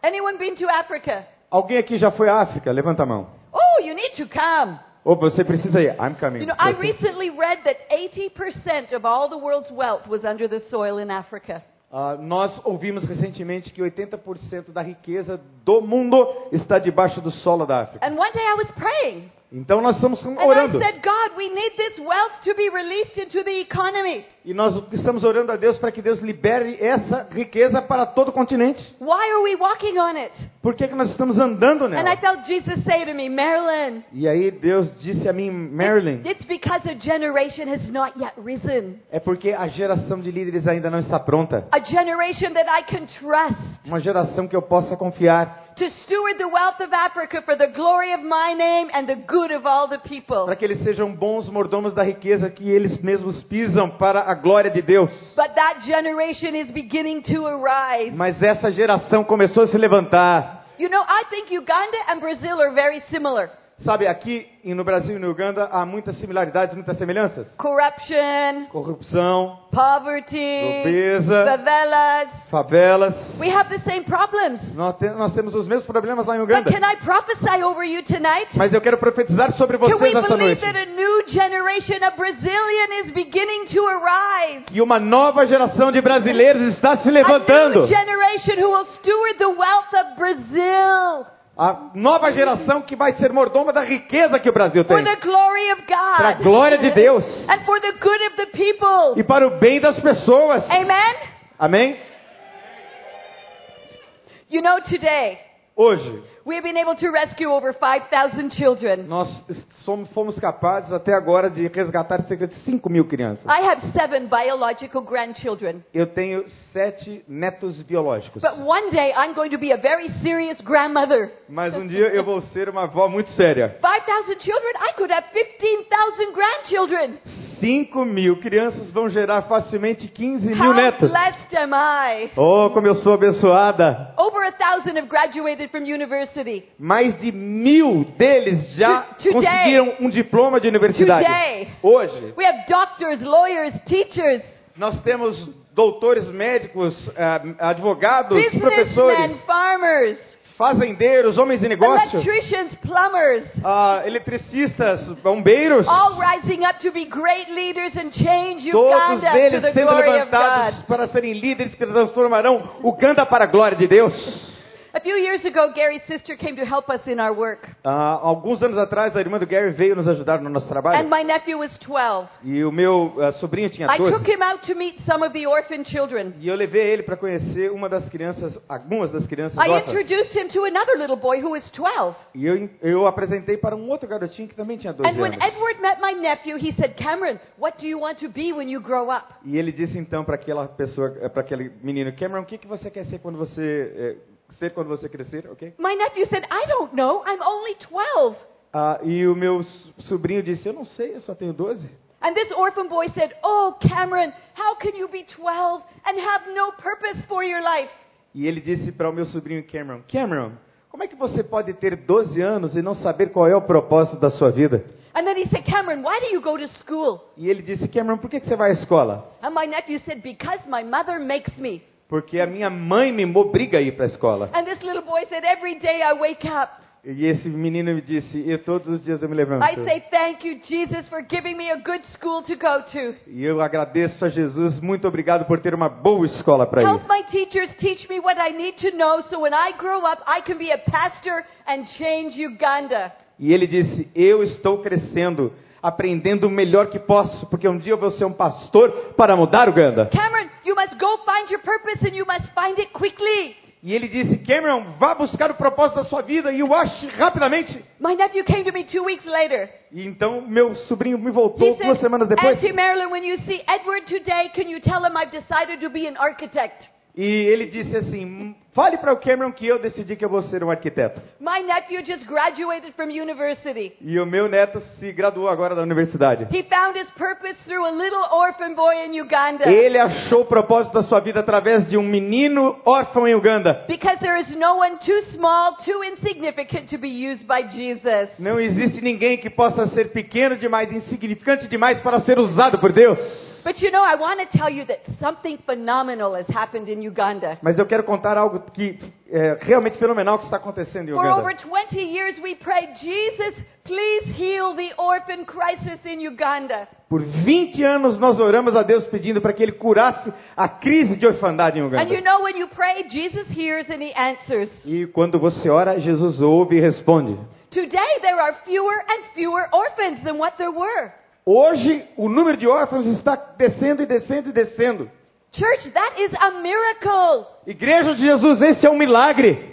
[SPEAKER 2] Anyone been to Africa?
[SPEAKER 1] Alguém aqui já foi à África? Levanta a mão.
[SPEAKER 2] Oh, you need to come.
[SPEAKER 1] Ou você precisa ir. I'm coming.
[SPEAKER 2] You know, I
[SPEAKER 1] Você-
[SPEAKER 2] recently read that 80% of all the world's wealth was under the soil in Africa.
[SPEAKER 1] Ah, nós ouvimos recentemente que 80% da riqueza do mundo está debaixo do solo da África.
[SPEAKER 2] And one day I was praying.
[SPEAKER 1] Então nós estamos
[SPEAKER 2] And
[SPEAKER 1] orando.
[SPEAKER 2] I said, God, we need this wealth to be released into the economy.
[SPEAKER 1] E nós estamos orando a Deus para que Deus libere essa riqueza para todo o continente.
[SPEAKER 2] Why are we walking on it?
[SPEAKER 1] Por que, que nós estamos andando
[SPEAKER 2] And I
[SPEAKER 1] nela?
[SPEAKER 2] felt Jesus say to me, Marilyn,
[SPEAKER 1] E aí Deus disse a mim, Marilyn,
[SPEAKER 2] it's because a generation has not yet risen.
[SPEAKER 1] É porque a geração de líderes ainda não está pronta.
[SPEAKER 2] A generation that I can trust
[SPEAKER 1] Uma geração que eu possa confiar
[SPEAKER 2] to steward the wealth of Africa for the glory of my name and the good of all the people.
[SPEAKER 1] para que eles sejam bons mordomos da riqueza que eles mesmos pisam para a glória de Deus.
[SPEAKER 2] But that generation is beginning to arise.
[SPEAKER 1] Mas essa geração começou a se levantar.
[SPEAKER 2] You know, I think Uganda and Brazil are very similar.
[SPEAKER 1] Sabe, aqui e no Brasil e no Uganda há muitas similaridades, muitas semelhanças.
[SPEAKER 2] Corruption,
[SPEAKER 1] Corrupção,
[SPEAKER 2] poverty,
[SPEAKER 1] pobreza,
[SPEAKER 2] favelas.
[SPEAKER 1] favelas.
[SPEAKER 2] We have the same problems.
[SPEAKER 1] Nós, te- nós temos os mesmos problemas lá em
[SPEAKER 2] But
[SPEAKER 1] Uganda.
[SPEAKER 2] can I prophesy over you tonight?
[SPEAKER 1] Mas eu quero profetizar sobre
[SPEAKER 2] Can we
[SPEAKER 1] vocês esta noite.
[SPEAKER 2] believe that a new generation of Brazilian is beginning to arise?
[SPEAKER 1] Que uma nova geração de brasileiros está se
[SPEAKER 2] A new
[SPEAKER 1] levantando.
[SPEAKER 2] generation who will steward the wealth of Brazil
[SPEAKER 1] A nova geração que vai ser mordoma da riqueza que o Brasil
[SPEAKER 2] for
[SPEAKER 1] tem.
[SPEAKER 2] the glory of
[SPEAKER 1] Para a
[SPEAKER 2] God
[SPEAKER 1] glória de Deus.
[SPEAKER 2] and for the good of the people.
[SPEAKER 1] E para o bem das pessoas.
[SPEAKER 2] Amen?
[SPEAKER 1] Amém?
[SPEAKER 2] You know, today
[SPEAKER 1] Hoje,
[SPEAKER 2] we've been able to rescue over 5,000 children.
[SPEAKER 1] nós somos, fomos capazes até agora de resgatar cerca de 5 mil crianças.
[SPEAKER 2] I have seven biological grandchildren.
[SPEAKER 1] Eu tenho sete netos biológicos.
[SPEAKER 2] But one day I'm going to be a very serious grandmother.
[SPEAKER 1] Mas um dia eu vou ser uma avó muito séria.
[SPEAKER 2] 5,000 children? I could have 15,000 grandchildren.
[SPEAKER 1] 5 mil crianças vão gerar facilmente 15 mil
[SPEAKER 2] How
[SPEAKER 1] netos.
[SPEAKER 2] blessed am I?
[SPEAKER 1] Oh, como eu sou abençoada!
[SPEAKER 2] Over a thousand have graduated from university.
[SPEAKER 1] Mais de mil deles já
[SPEAKER 2] To- today.
[SPEAKER 1] conseguiram um diploma de universidade.
[SPEAKER 2] Today.
[SPEAKER 1] Hoje,
[SPEAKER 2] We have doctors, lawyers, teachers,
[SPEAKER 1] nós temos doutores médicos, ah, advogados, professores,
[SPEAKER 2] businessmen, farmers,
[SPEAKER 1] fazendeiros, homens de negócio,
[SPEAKER 2] electricians, plumbers,
[SPEAKER 1] ah, eletricistas, bombeiros,
[SPEAKER 2] all rising up to be great leaders and change
[SPEAKER 1] todos
[SPEAKER 2] Uganda to
[SPEAKER 1] eles
[SPEAKER 2] the
[SPEAKER 1] sendo
[SPEAKER 2] glory of God.
[SPEAKER 1] levantados para serem líderes que transformarão Uganda para a glória de Deus.
[SPEAKER 2] A few years ago, Gary's sister came to help us in our work,
[SPEAKER 1] Ah, alguns anos atrás, a irmã do Gary veio nos ajudar no nosso trabalho.
[SPEAKER 2] and my nephew was 12.
[SPEAKER 1] E o meu ah, sobrinho tinha
[SPEAKER 2] I
[SPEAKER 1] 12.
[SPEAKER 2] took him out to meet some of the orphan children.
[SPEAKER 1] E eu levei ele para conhecer uma das crianças, algumas das crianças
[SPEAKER 2] I
[SPEAKER 1] órfãs.
[SPEAKER 2] introduced him to another little boy who was 12.
[SPEAKER 1] E eu, eu apresentei para um outro garotinho que também tinha 12
[SPEAKER 2] And when
[SPEAKER 1] anos.
[SPEAKER 2] Edward met my nephew, he said, Cameron, what do you want to be when you grow up?
[SPEAKER 1] E ele disse então para aquela pessoa, eh, para aquele menino, Cameron, o que, que você quer ser quando você eh, ser quando você crescer, ok?
[SPEAKER 2] My nephew said, I don't know. I'm only 12.
[SPEAKER 1] Ah, e o meu so- sobrinho disse, eu não sei, eu só tenho 12.
[SPEAKER 2] And this orphan boy said, Oh, Cameron, how can you be 12 and have no purpose for your life?
[SPEAKER 1] E ele disse para o meu sobrinho Cameron, Cameron, como é que você pode ter 12 anos e não saber qual é o propósito da sua vida?
[SPEAKER 2] And then he said, Cameron, why do you go to school?
[SPEAKER 1] E ele disse, Cameron, por que, que você vai à escola?
[SPEAKER 2] And my nephew said, Because my mother makes me.
[SPEAKER 1] Porque a minha mãe me obriga a ir para a escola.
[SPEAKER 2] And this little boy said, Every day I wake up,
[SPEAKER 1] E esse menino me disse, e todos os dias eu me levanto.
[SPEAKER 2] I say, Thank you, Jesus, for giving me a good school to go to.
[SPEAKER 1] E eu agradeço a Jesus, muito obrigado por ter uma boa escola para ir.
[SPEAKER 2] Help my teachers teach me what I need to know so when I grow up, I can be a pastor and change Uganda.
[SPEAKER 1] E ele disse: Eu estou crescendo, aprendendo o melhor que posso, porque um dia eu vou ser um pastor para mudar Uganda.
[SPEAKER 2] Cameron, you must go find your purpose and you must find it quickly.
[SPEAKER 1] E ele disse: Cameron, vá buscar o propósito da sua vida e o ache rapidamente.
[SPEAKER 2] My nephew came to me two weeks later.
[SPEAKER 1] E então meu sobrinho me
[SPEAKER 2] He
[SPEAKER 1] voltou
[SPEAKER 2] said,
[SPEAKER 1] duas semanas depois.
[SPEAKER 2] Auntie Marilyn, when you see Edward today, can you tell him I've decided to be an architect?
[SPEAKER 1] E ele disse assim: Fale para o Cameron que eu decidi que eu vou ser um arquiteto.
[SPEAKER 2] My nephew just graduated from university.
[SPEAKER 1] E o meu neto se graduou agora da universidade.
[SPEAKER 2] He found his purpose through a little orphan boy in Uganda.
[SPEAKER 1] Ele achou o propósito da sua vida através de um menino órfão em Uganda.
[SPEAKER 2] Because there is no one too small, too insignificant to be used by Jesus.
[SPEAKER 1] Não existe ninguém que possa ser pequeno demais, insignificante demais para ser usado por Deus.
[SPEAKER 2] But you know, I want to tell you that something phenomenal has happened in Uganda.
[SPEAKER 1] Mas eu quero contar algo que é realmente fenomenal que está acontecendo em
[SPEAKER 2] For over
[SPEAKER 1] Uganda.
[SPEAKER 2] 20 years, we prayed, Jesus, please heal the orphan crisis in Uganda.
[SPEAKER 1] Por 20 anos nós oramos a Deus pedindo para que ele curasse a crise de orfandade em
[SPEAKER 2] And you
[SPEAKER 1] Uganda.
[SPEAKER 2] know, when you pray, Jesus hears and he answers.
[SPEAKER 1] E quando você ora, Jesus ouve e responde.
[SPEAKER 2] Today, there are fewer and fewer orphans than what there were.
[SPEAKER 1] Hoje, o número de órfãos está descendo e descendo e descendo.
[SPEAKER 2] Church, that is a miracle.
[SPEAKER 1] Igreja de Jesus, esse é um milagre.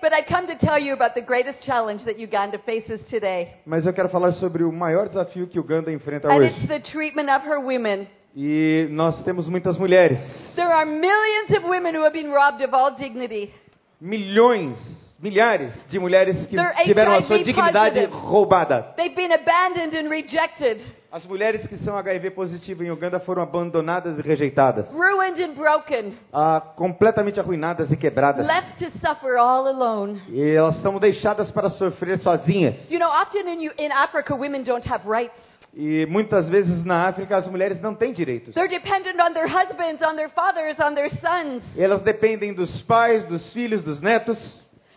[SPEAKER 2] But I come to tell you about the greatest challenge that Uganda faces today.
[SPEAKER 1] Mas eu quero falar sobre o maior desafio que Uganda enfrenta
[SPEAKER 2] And
[SPEAKER 1] hoje.
[SPEAKER 2] it's the treatment of her women.
[SPEAKER 1] E nós temos muitas mulheres
[SPEAKER 2] There are millions of women who have been robbed of all dignity.
[SPEAKER 1] milhões, milhares de mulheres que
[SPEAKER 2] They're
[SPEAKER 1] tiveram a
[SPEAKER 2] HIV
[SPEAKER 1] sua dignidade
[SPEAKER 2] positive.
[SPEAKER 1] roubada.
[SPEAKER 2] They've been abandoned and rejected,
[SPEAKER 1] As mulheres que são HIV positivas em Uganda foram abandonadas e rejeitadas,
[SPEAKER 2] ruined and broken,
[SPEAKER 1] ah, completamente arruinadas e quebradas.
[SPEAKER 2] left to suffer all alone.
[SPEAKER 1] E elas são deixadas para sofrer sozinhas.
[SPEAKER 2] You know, often in, you, in Africa, women don't have rights.
[SPEAKER 1] E muitas vezes na África as mulheres não têm direitos.
[SPEAKER 2] They're dependent on their husbands, on their fathers, on their sons.
[SPEAKER 1] Elas dependem dos pais, dos filhos, dos netos.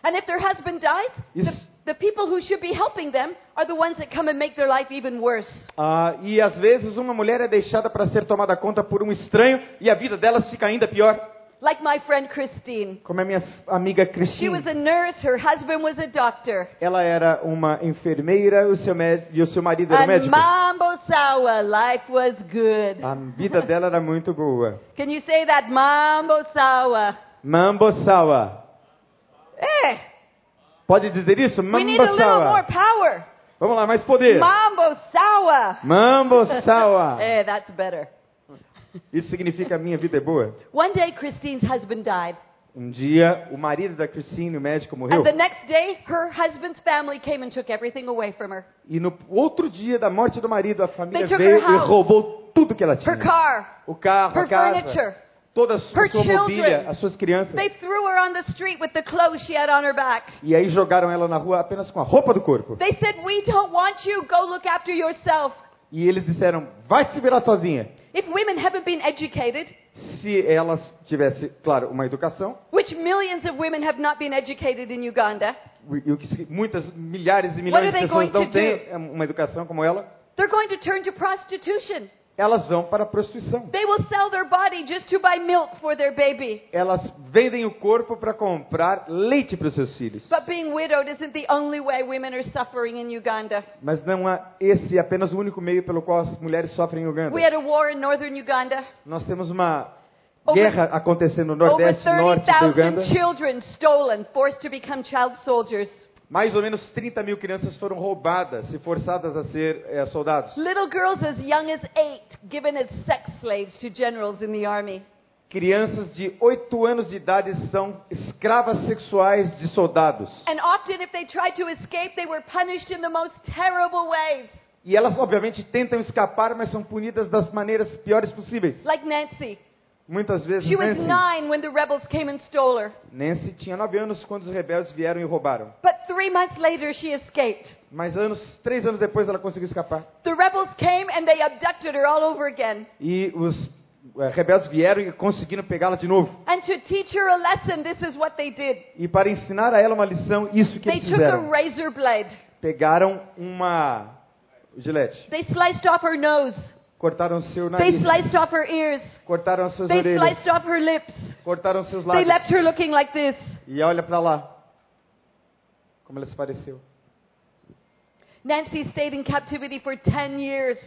[SPEAKER 2] And if their husband dies,
[SPEAKER 1] Yes.
[SPEAKER 2] the, the people who should be helping them are the ones that come and make their life even worse.
[SPEAKER 1] Ah, e às vezes uma mulher é deixada para ser tomada conta por um estranho e a vida delas fica ainda pior.
[SPEAKER 2] Like my friend Christine.
[SPEAKER 1] Como a minha amiga
[SPEAKER 2] She
[SPEAKER 1] Cristina.
[SPEAKER 2] was a nurse, her husband was a doctor.
[SPEAKER 1] Ela era uma enfermeira o seu mé- e o seu marido era
[SPEAKER 2] And
[SPEAKER 1] médico.
[SPEAKER 2] Mambo Sawa, life was good.
[SPEAKER 1] A vida dela era muito boa.
[SPEAKER 2] Can you say that? Mambo Sawa.
[SPEAKER 1] Mambosawa.
[SPEAKER 2] Eh,
[SPEAKER 1] Pode dizer isso?
[SPEAKER 2] we need a little more
[SPEAKER 1] Mambosawa.
[SPEAKER 2] power.
[SPEAKER 1] Vamos lá, mais poder.
[SPEAKER 2] Mambo Sawa.
[SPEAKER 1] Mambosawa.
[SPEAKER 2] Eh, that's better.
[SPEAKER 1] Isso significa minha vida é boa.
[SPEAKER 2] One day Christine's husband died.
[SPEAKER 1] Um dia, o marido da Christine, o médico, morreu.
[SPEAKER 2] And the next day, her husband's family came and took everything away from her
[SPEAKER 1] E no outro dia da morte do marido, a família
[SPEAKER 2] They took
[SPEAKER 1] veio
[SPEAKER 2] her
[SPEAKER 1] e
[SPEAKER 2] house.
[SPEAKER 1] roubou tudo que ela tinha.
[SPEAKER 2] her car.
[SPEAKER 1] o carro, a
[SPEAKER 2] Hmm. her
[SPEAKER 1] casa,
[SPEAKER 2] furniture,
[SPEAKER 1] toda a su-
[SPEAKER 2] her
[SPEAKER 1] sua mobília,
[SPEAKER 2] children.
[SPEAKER 1] as suas crianças.
[SPEAKER 2] They threw her on the street with the clothes she had on her back.
[SPEAKER 1] E aí jogaram ela na rua apenas com a roupa do corpo.
[SPEAKER 2] They said, We don't want you. Go look after yourself.
[SPEAKER 1] E eles disseram, vai se virar sozinha.
[SPEAKER 2] If women haven't been educated,
[SPEAKER 1] Se elas tivessem, claro, uma educação,
[SPEAKER 2] which millions of women have not been educated in Uganda,
[SPEAKER 1] e o que se- muitas milhares e
[SPEAKER 2] What
[SPEAKER 1] milhões
[SPEAKER 2] are
[SPEAKER 1] de
[SPEAKER 2] they
[SPEAKER 1] pessoas
[SPEAKER 2] going to
[SPEAKER 1] não têm é uma educação como ela,
[SPEAKER 2] they're going to turn to prostitution.
[SPEAKER 1] elas vão para a prostituição.
[SPEAKER 2] They will sell their body just to buy milk for their baby.
[SPEAKER 1] Elas vendem o corpo para comprar leite para os seus filhos.
[SPEAKER 2] But being widowed isn't the only way women are suffering in Uganda.
[SPEAKER 1] Mas não há esse apenas o único meio pelo qual as mulheres sofrem em Uganda.
[SPEAKER 2] We had a war in northern Uganda.
[SPEAKER 1] Nós temos uma
[SPEAKER 2] Over-
[SPEAKER 1] guerra acontecendo no
[SPEAKER 2] Over
[SPEAKER 1] Nordeste e Norte do Uganda.
[SPEAKER 2] 30,000 children stolen, forced to become child soldiers.
[SPEAKER 1] Mais ou menos 30 mil crianças foram roubadas e forçadas a ser eh, soldados.
[SPEAKER 2] Little girls as young as eight given as sex slaves to generals in the army.
[SPEAKER 1] Crianças de 8 anos de idade são escravas sexuais de soldados.
[SPEAKER 2] And often, if they tried to escape, they were punished in the most terrible ways,
[SPEAKER 1] E elas, obviamente, tentam escapar, mas são punidas das maneiras piores possíveis.
[SPEAKER 2] like Nancy.
[SPEAKER 1] Muitas vezes,
[SPEAKER 2] She was
[SPEAKER 1] Nancy,
[SPEAKER 2] nine when the rebels came and stole her.
[SPEAKER 1] Nancy tinha 9 anos quando os rebeldes vieram e roubaram.
[SPEAKER 2] But three months later, she escaped.
[SPEAKER 1] Mas anos, três anos depois, ela conseguiu escapar.
[SPEAKER 2] The rebels came and they abducted her all over again.
[SPEAKER 1] E os eh, rebeldes vieram e conseguiram pegá-la de novo.
[SPEAKER 2] And to teach her a lesson, this is what they did.
[SPEAKER 1] E para ensinar a ela uma lição, isso que
[SPEAKER 2] They
[SPEAKER 1] eles
[SPEAKER 2] took a
[SPEAKER 1] fizeram.
[SPEAKER 2] razor blade.
[SPEAKER 1] Pegaram uma gilete,
[SPEAKER 2] They sliced off her nose.
[SPEAKER 1] cortaram seu
[SPEAKER 2] They
[SPEAKER 1] nariz,
[SPEAKER 2] sliced off her ears.
[SPEAKER 1] cortaram as suas
[SPEAKER 2] They
[SPEAKER 1] orelhas,
[SPEAKER 2] sliced off her lips.
[SPEAKER 1] cortaram seus
[SPEAKER 2] They
[SPEAKER 1] lábios.
[SPEAKER 2] left her looking like this.
[SPEAKER 1] E olha para lá. Como ela se pareceu.
[SPEAKER 2] Nancy stayed in captivity for 10 years.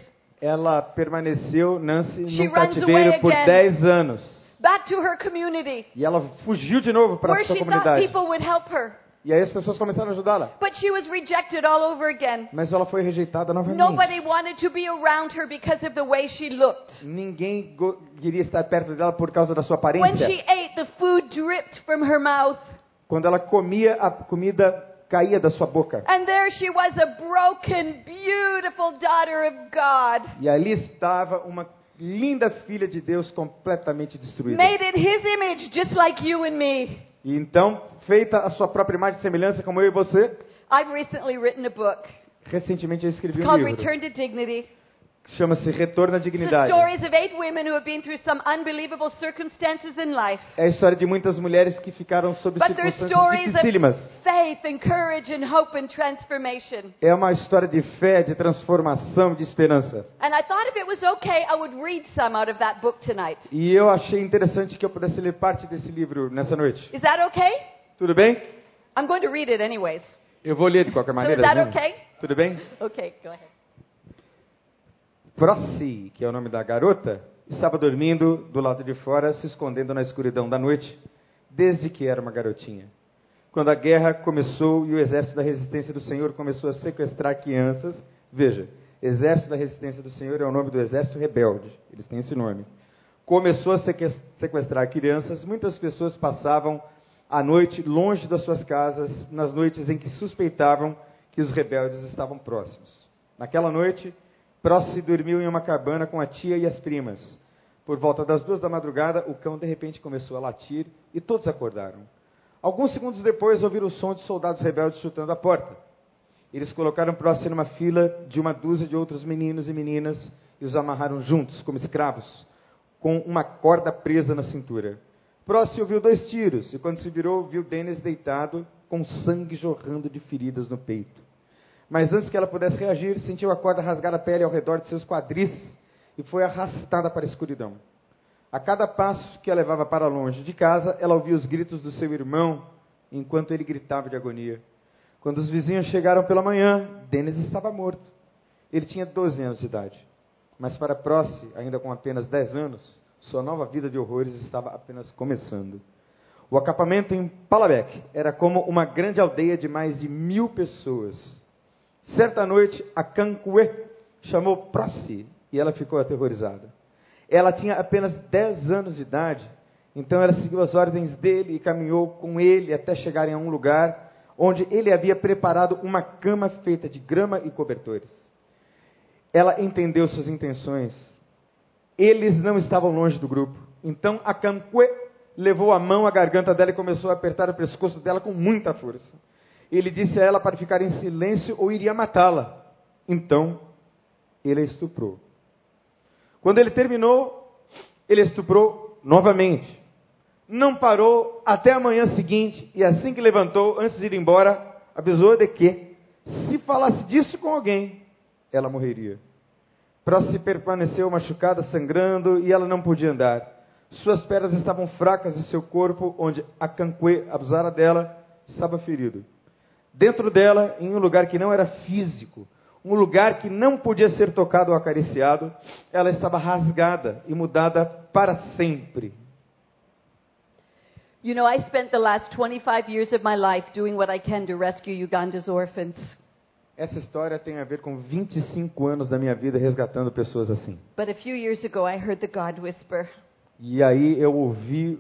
[SPEAKER 1] Ela permaneceu, Nancy,
[SPEAKER 2] She
[SPEAKER 1] no
[SPEAKER 2] runs away
[SPEAKER 1] cativeiro por
[SPEAKER 2] again.
[SPEAKER 1] 10 anos.
[SPEAKER 2] Back to her community,
[SPEAKER 1] E ela fugiu de novo para
[SPEAKER 2] where
[SPEAKER 1] a sua
[SPEAKER 2] she thought
[SPEAKER 1] comunidade.
[SPEAKER 2] people would help her.
[SPEAKER 1] E aí as pessoas começaram a ajudá-la.
[SPEAKER 2] But she was rejected all over again.
[SPEAKER 1] Mas ela foi rejeitada novamente.
[SPEAKER 2] Nobody wanted to be around her because of the way she looked.
[SPEAKER 1] Ninguém go- queria estar perto dela por causa da sua
[SPEAKER 2] When
[SPEAKER 1] aparência.
[SPEAKER 2] she ate, the food dripped from her mouth.
[SPEAKER 1] Quando ela comia, a comida caía da sua boca.
[SPEAKER 2] And there she was, a broken, beautiful daughter of God.
[SPEAKER 1] E ali estava uma linda filha de Deus completamente destruída.
[SPEAKER 2] Made in his image, just like you and me.
[SPEAKER 1] E então, feita a sua própria imagem e semelhança, como eu e você,
[SPEAKER 2] I've recently written a book
[SPEAKER 1] recentemente eu escrevi um
[SPEAKER 2] called
[SPEAKER 1] livro.
[SPEAKER 2] Return to Dignity.
[SPEAKER 1] que Chama-se Retorno à
[SPEAKER 2] It's the
[SPEAKER 1] Dignidade.
[SPEAKER 2] stories of eight women who have been through some unbelievable circumstances in life.
[SPEAKER 1] É a história de muitas mulheres que ficaram sob
[SPEAKER 2] But their
[SPEAKER 1] circunstâncias
[SPEAKER 2] stories of
[SPEAKER 1] dificílimas.
[SPEAKER 2] faith and courage and hope and transformation.
[SPEAKER 1] É uma história de fé, de transformação, de esperança.
[SPEAKER 2] And I thought if it was okay, I would read some out of that book tonight.
[SPEAKER 1] E eu achei interessante que eu pudesse ler parte desse livro nessa noite.
[SPEAKER 2] Is that okay?
[SPEAKER 1] Tudo bem?
[SPEAKER 2] I'm going to read it anyways.
[SPEAKER 1] Eu vou ler de qualquer maneira.
[SPEAKER 2] that
[SPEAKER 1] né?
[SPEAKER 2] okay?
[SPEAKER 1] Tudo bem?
[SPEAKER 2] Okay, go ahead.
[SPEAKER 1] Proxy, que é o nome da garota, estava dormindo do lado de fora, se escondendo na escuridão da noite, desde que era uma garotinha. Quando a guerra começou e o exército da resistência do Senhor começou a sequestrar crianças, veja, exército da resistência do Senhor é o nome do exército rebelde, eles têm esse nome. Começou a seques- sequestrar crianças, muitas pessoas passavam a noite longe das suas casas, nas noites em que suspeitavam que os rebeldes estavam próximos. Naquela noite, Prosse dormiu em uma cabana com a tia e as primas. Por volta das duas da madrugada, o cão de repente começou a latir e todos acordaram. Alguns segundos depois, ouviram o som de soldados rebeldes chutando a porta. Eles colocaram Prosse numa fila de uma dúzia de outros meninos e meninas e os amarraram juntos, como escravos, com uma corda presa na cintura. Prosse ouviu dois tiros e, quando se virou, viu Dennis deitado, com sangue jorrando de feridas no peito. Mas antes que ela pudesse reagir, sentiu a corda rasgar a pele ao redor de seus quadris e foi arrastada para a escuridão. A cada passo que a levava para longe de casa, ela ouvia os gritos do seu irmão enquanto ele gritava de agonia. Quando os vizinhos chegaram pela manhã, Denis estava morto. Ele tinha 12 anos de idade. Mas para Proce, ainda com apenas 10 anos, sua nova vida de horrores estava apenas começando. O acampamento em Palabek era como uma grande aldeia de mais de mil pessoas. Certa noite, a Kankwe chamou Prosi e ela ficou aterrorizada. Ela tinha apenas 10 anos de idade Então ela seguiu as ordens dele e caminhou com ele até chegarem a um lugar onde ele havia preparado uma cama feita de grama e cobertores. Ela entendeu suas intenções. Eles não estavam longe do grupo. Então a Campuê levou a mão à garganta dela e começou a apertar o pescoço dela com muita força. Ele disse a ela para ficar em silêncio ou iria matá-la. Então ele a estuprou. Quando ele terminou, ele estuprou novamente. Não parou até a manhã seguinte, e assim que levantou, antes de ir embora, avisou de que, se falasse disso com alguém, ela morreria. Próxima permaneceu machucada, sangrando, e ela não podia andar. Suas pernas estavam fracas e seu corpo, onde a canque abusara dela, estava ferido. Dentro dela, em um lugar que não era físico, um lugar que não podia ser tocado ou acariciado, ela estava rasgada e mudada para sempre.
[SPEAKER 2] You know, I spent the last 25 years of my life doing what I can to rescue Uganda's orphans.
[SPEAKER 1] Essa história tem a ver com 25 anos da minha vida resgatando pessoas assim.
[SPEAKER 2] But a few years ago, I heard the God whisper.
[SPEAKER 1] E aí eu ouvi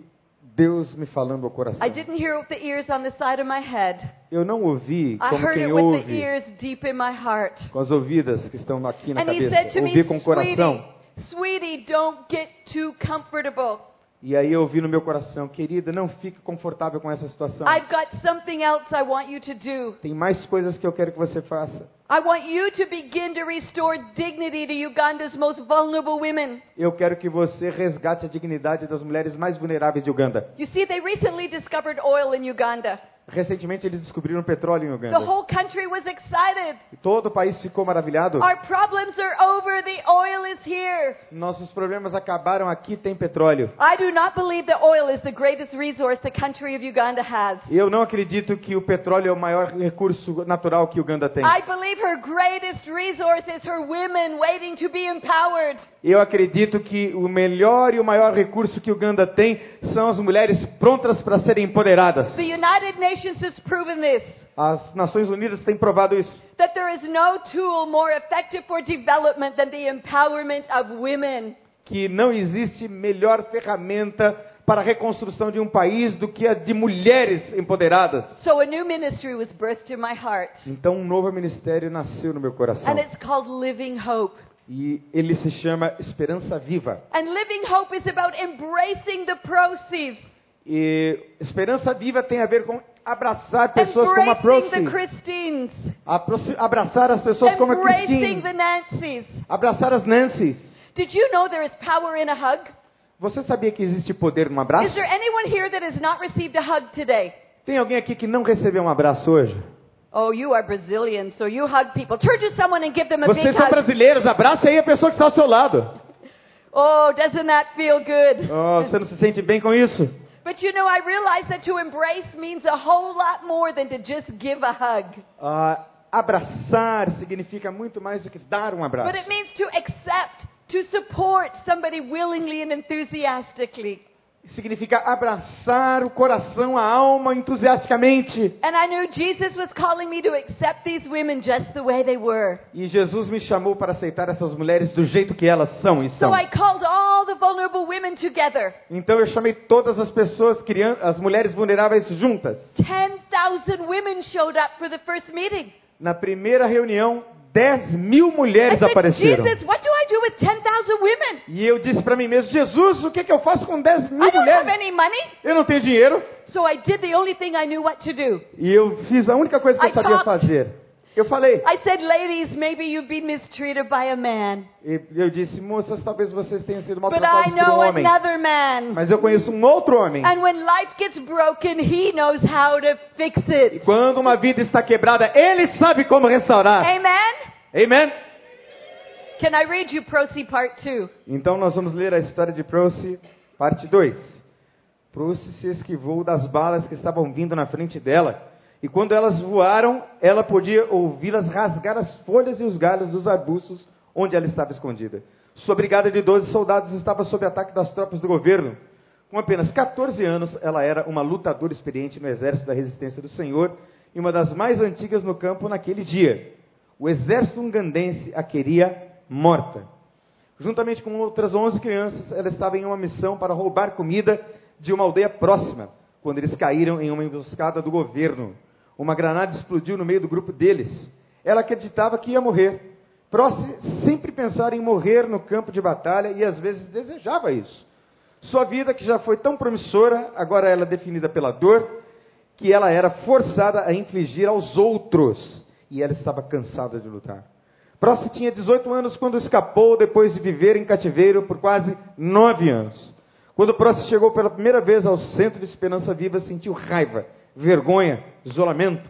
[SPEAKER 1] Deus me falando ao coração.
[SPEAKER 2] I didn't hear it with the ears on the side of my head.
[SPEAKER 1] Eu não ouvi
[SPEAKER 2] I
[SPEAKER 1] como
[SPEAKER 2] heard
[SPEAKER 1] quem
[SPEAKER 2] it with the
[SPEAKER 1] ouve
[SPEAKER 2] ears deep in my heart.
[SPEAKER 1] com as ouvidas que estão aqui na
[SPEAKER 2] And he said
[SPEAKER 1] cabeça.
[SPEAKER 2] to me,
[SPEAKER 1] Ouvi com o coração.
[SPEAKER 2] sweetie, sweetie, don't get too comfortable.
[SPEAKER 1] E aí eu ouvi no meu coração, querida, não fique confortável com essa situação.
[SPEAKER 2] I've got something else I want you to do.
[SPEAKER 1] Tem mais coisas que eu quero que você faça.
[SPEAKER 2] I want you to begin to restore dignity to Uganda's most vulnerable women.
[SPEAKER 1] Eu quero que você resgate a dignidade das mulheres mais vulneráveis de Uganda.
[SPEAKER 2] You see, they recently discovered oil in Uganda.
[SPEAKER 1] Recentemente eles descobriram petróleo em
[SPEAKER 2] The
[SPEAKER 1] Uganda.
[SPEAKER 2] whole country was excited.
[SPEAKER 1] E todo o país ficou maravilhado.
[SPEAKER 2] Our problems are over. The oil is here.
[SPEAKER 1] Nossos problemas acabaram aqui, tem petróleo.
[SPEAKER 2] I do not believe that oil is the greatest resource the country of Uganda has.
[SPEAKER 1] Eu não acredito que o petróleo é o maior recurso natural que Uganda tem.
[SPEAKER 2] I believe her greatest resource is her women waiting to be empowered.
[SPEAKER 1] Eu acredito que o melhor e o maior recurso que Uganda tem são as mulheres prontas para serem empoderadas.
[SPEAKER 2] The United Nations has proven this
[SPEAKER 1] As Nações Unidas têm provado isso.
[SPEAKER 2] that there is no tool more effective for development than the empowerment of women.
[SPEAKER 1] Que não existe melhor ferramenta para a reconstrução de um país do que a de mulheres empoderadas.
[SPEAKER 2] So a new ministry was birthed in my heart,
[SPEAKER 1] Então um novo ministério nasceu no meu coração.
[SPEAKER 2] and it's called Living Hope.
[SPEAKER 1] E ele se chama Esperança Viva.
[SPEAKER 2] And Living Hope is about embracing the proceeds,
[SPEAKER 1] E Esperança Viva tem a ver com abraçar pessoas como a
[SPEAKER 2] embracing the
[SPEAKER 1] Procy.
[SPEAKER 2] Christines,
[SPEAKER 1] Aproxi- Abraçar as pessoas como a
[SPEAKER 2] embracing
[SPEAKER 1] Christine.
[SPEAKER 2] the Nancys.
[SPEAKER 1] Abraçar as Nancys.
[SPEAKER 2] Did you know there is power in a hug?
[SPEAKER 1] Você sabia que existe poder num abraço?
[SPEAKER 2] Is there anyone here that has not received a hug today?
[SPEAKER 1] Tem alguém aqui que não recebeu um abraço hoje?
[SPEAKER 2] Oh, you are Brazilian, so you hug people. Turn to someone and give them a big
[SPEAKER 1] Vocês são
[SPEAKER 2] hug.
[SPEAKER 1] brasileiros, abraça aí a pessoa que está ao seu lado.
[SPEAKER 2] Oh, doesn't that feel good?
[SPEAKER 1] Oh, você não se sente bem com isso?
[SPEAKER 2] But you know, I realize that to embrace means a whole lot more than to just give a hug.
[SPEAKER 1] Ah, abraçar significa muito mais do que dar um
[SPEAKER 2] But
[SPEAKER 1] abraço.
[SPEAKER 2] it means to accept, to support somebody willingly and enthusiastically.
[SPEAKER 1] Significa abraçar o coração, a alma entusiasticamente.
[SPEAKER 2] And I knew Jesus was calling me to accept these women just the way they were.
[SPEAKER 1] E Jesus me chamou para aceitar essas mulheres do jeito que elas são e
[SPEAKER 2] So
[SPEAKER 1] são.
[SPEAKER 2] I called all the vulnerable women together.
[SPEAKER 1] Então eu chamei todas as pessoas, crian- as mulheres vulneráveis juntas.
[SPEAKER 2] 10,000 women showed up for the first meeting.
[SPEAKER 1] Na primeira reunião, 10 mil mulheres
[SPEAKER 2] I said,
[SPEAKER 1] apareceram.
[SPEAKER 2] Jesus, what do I do with 10,000 women?
[SPEAKER 1] E eu disse para mim mesmo, Jesus, o que, que eu faço com 10 mil
[SPEAKER 2] I don't have
[SPEAKER 1] mulheres?
[SPEAKER 2] any money.
[SPEAKER 1] Eu não tenho dinheiro.
[SPEAKER 2] So I did the only thing I knew what to do.
[SPEAKER 1] E eu fiz a única coisa que
[SPEAKER 2] I
[SPEAKER 1] eu sabia
[SPEAKER 2] talked.
[SPEAKER 1] fazer. Eu falei,
[SPEAKER 2] I said, ladies, maybe you've been mistreated by a man.
[SPEAKER 1] e eu disse, moças, talvez vocês tenham sido
[SPEAKER 2] But I
[SPEAKER 1] maltratadas por um
[SPEAKER 2] know
[SPEAKER 1] homem.
[SPEAKER 2] another man.
[SPEAKER 1] Mas eu conheço um outro homem.
[SPEAKER 2] And when life gets broken, he knows how to fix it.
[SPEAKER 1] Quando uma vida está quebrada, ele sabe como restaurar.
[SPEAKER 2] Amen?
[SPEAKER 1] Amen?
[SPEAKER 2] Can I read you Procy Part 2?
[SPEAKER 1] Então nós vamos ler a história de Proce, parte 2. Proce se esquivou das balas que estavam vindo na frente dela, e quando elas voaram, ela podia ouvi-las rasgar as folhas e os galhos dos arbustos onde ela estava escondida. Sua brigada de 12 soldados estava sob ataque das tropas do governo. Com apenas 14 anos, ela era uma lutadora experiente no exército da resistência do Senhor e uma das mais antigas no campo naquele dia. O exército ungandense a queria morta. Juntamente com outras 11 crianças, ela estava em uma missão para roubar comida de uma aldeia próxima, quando eles caíram em uma emboscada do governo. Uma granada explodiu no meio do grupo deles. Ela acreditava que ia morrer. Prosse sempre pensara em morrer no campo de batalha e às vezes desejava isso. Sua vida, que já foi tão promissora, agora ela é definida pela dor, que ela era forçada a infligir aos outros. E ela estava cansada de lutar. Prosse tinha 18 anos quando escapou depois de viver em cativeiro por quase nove anos. Quando Prosse chegou pela primeira vez ao Centro de Esperança Viva, sentiu raiva, vergonha, isolamento.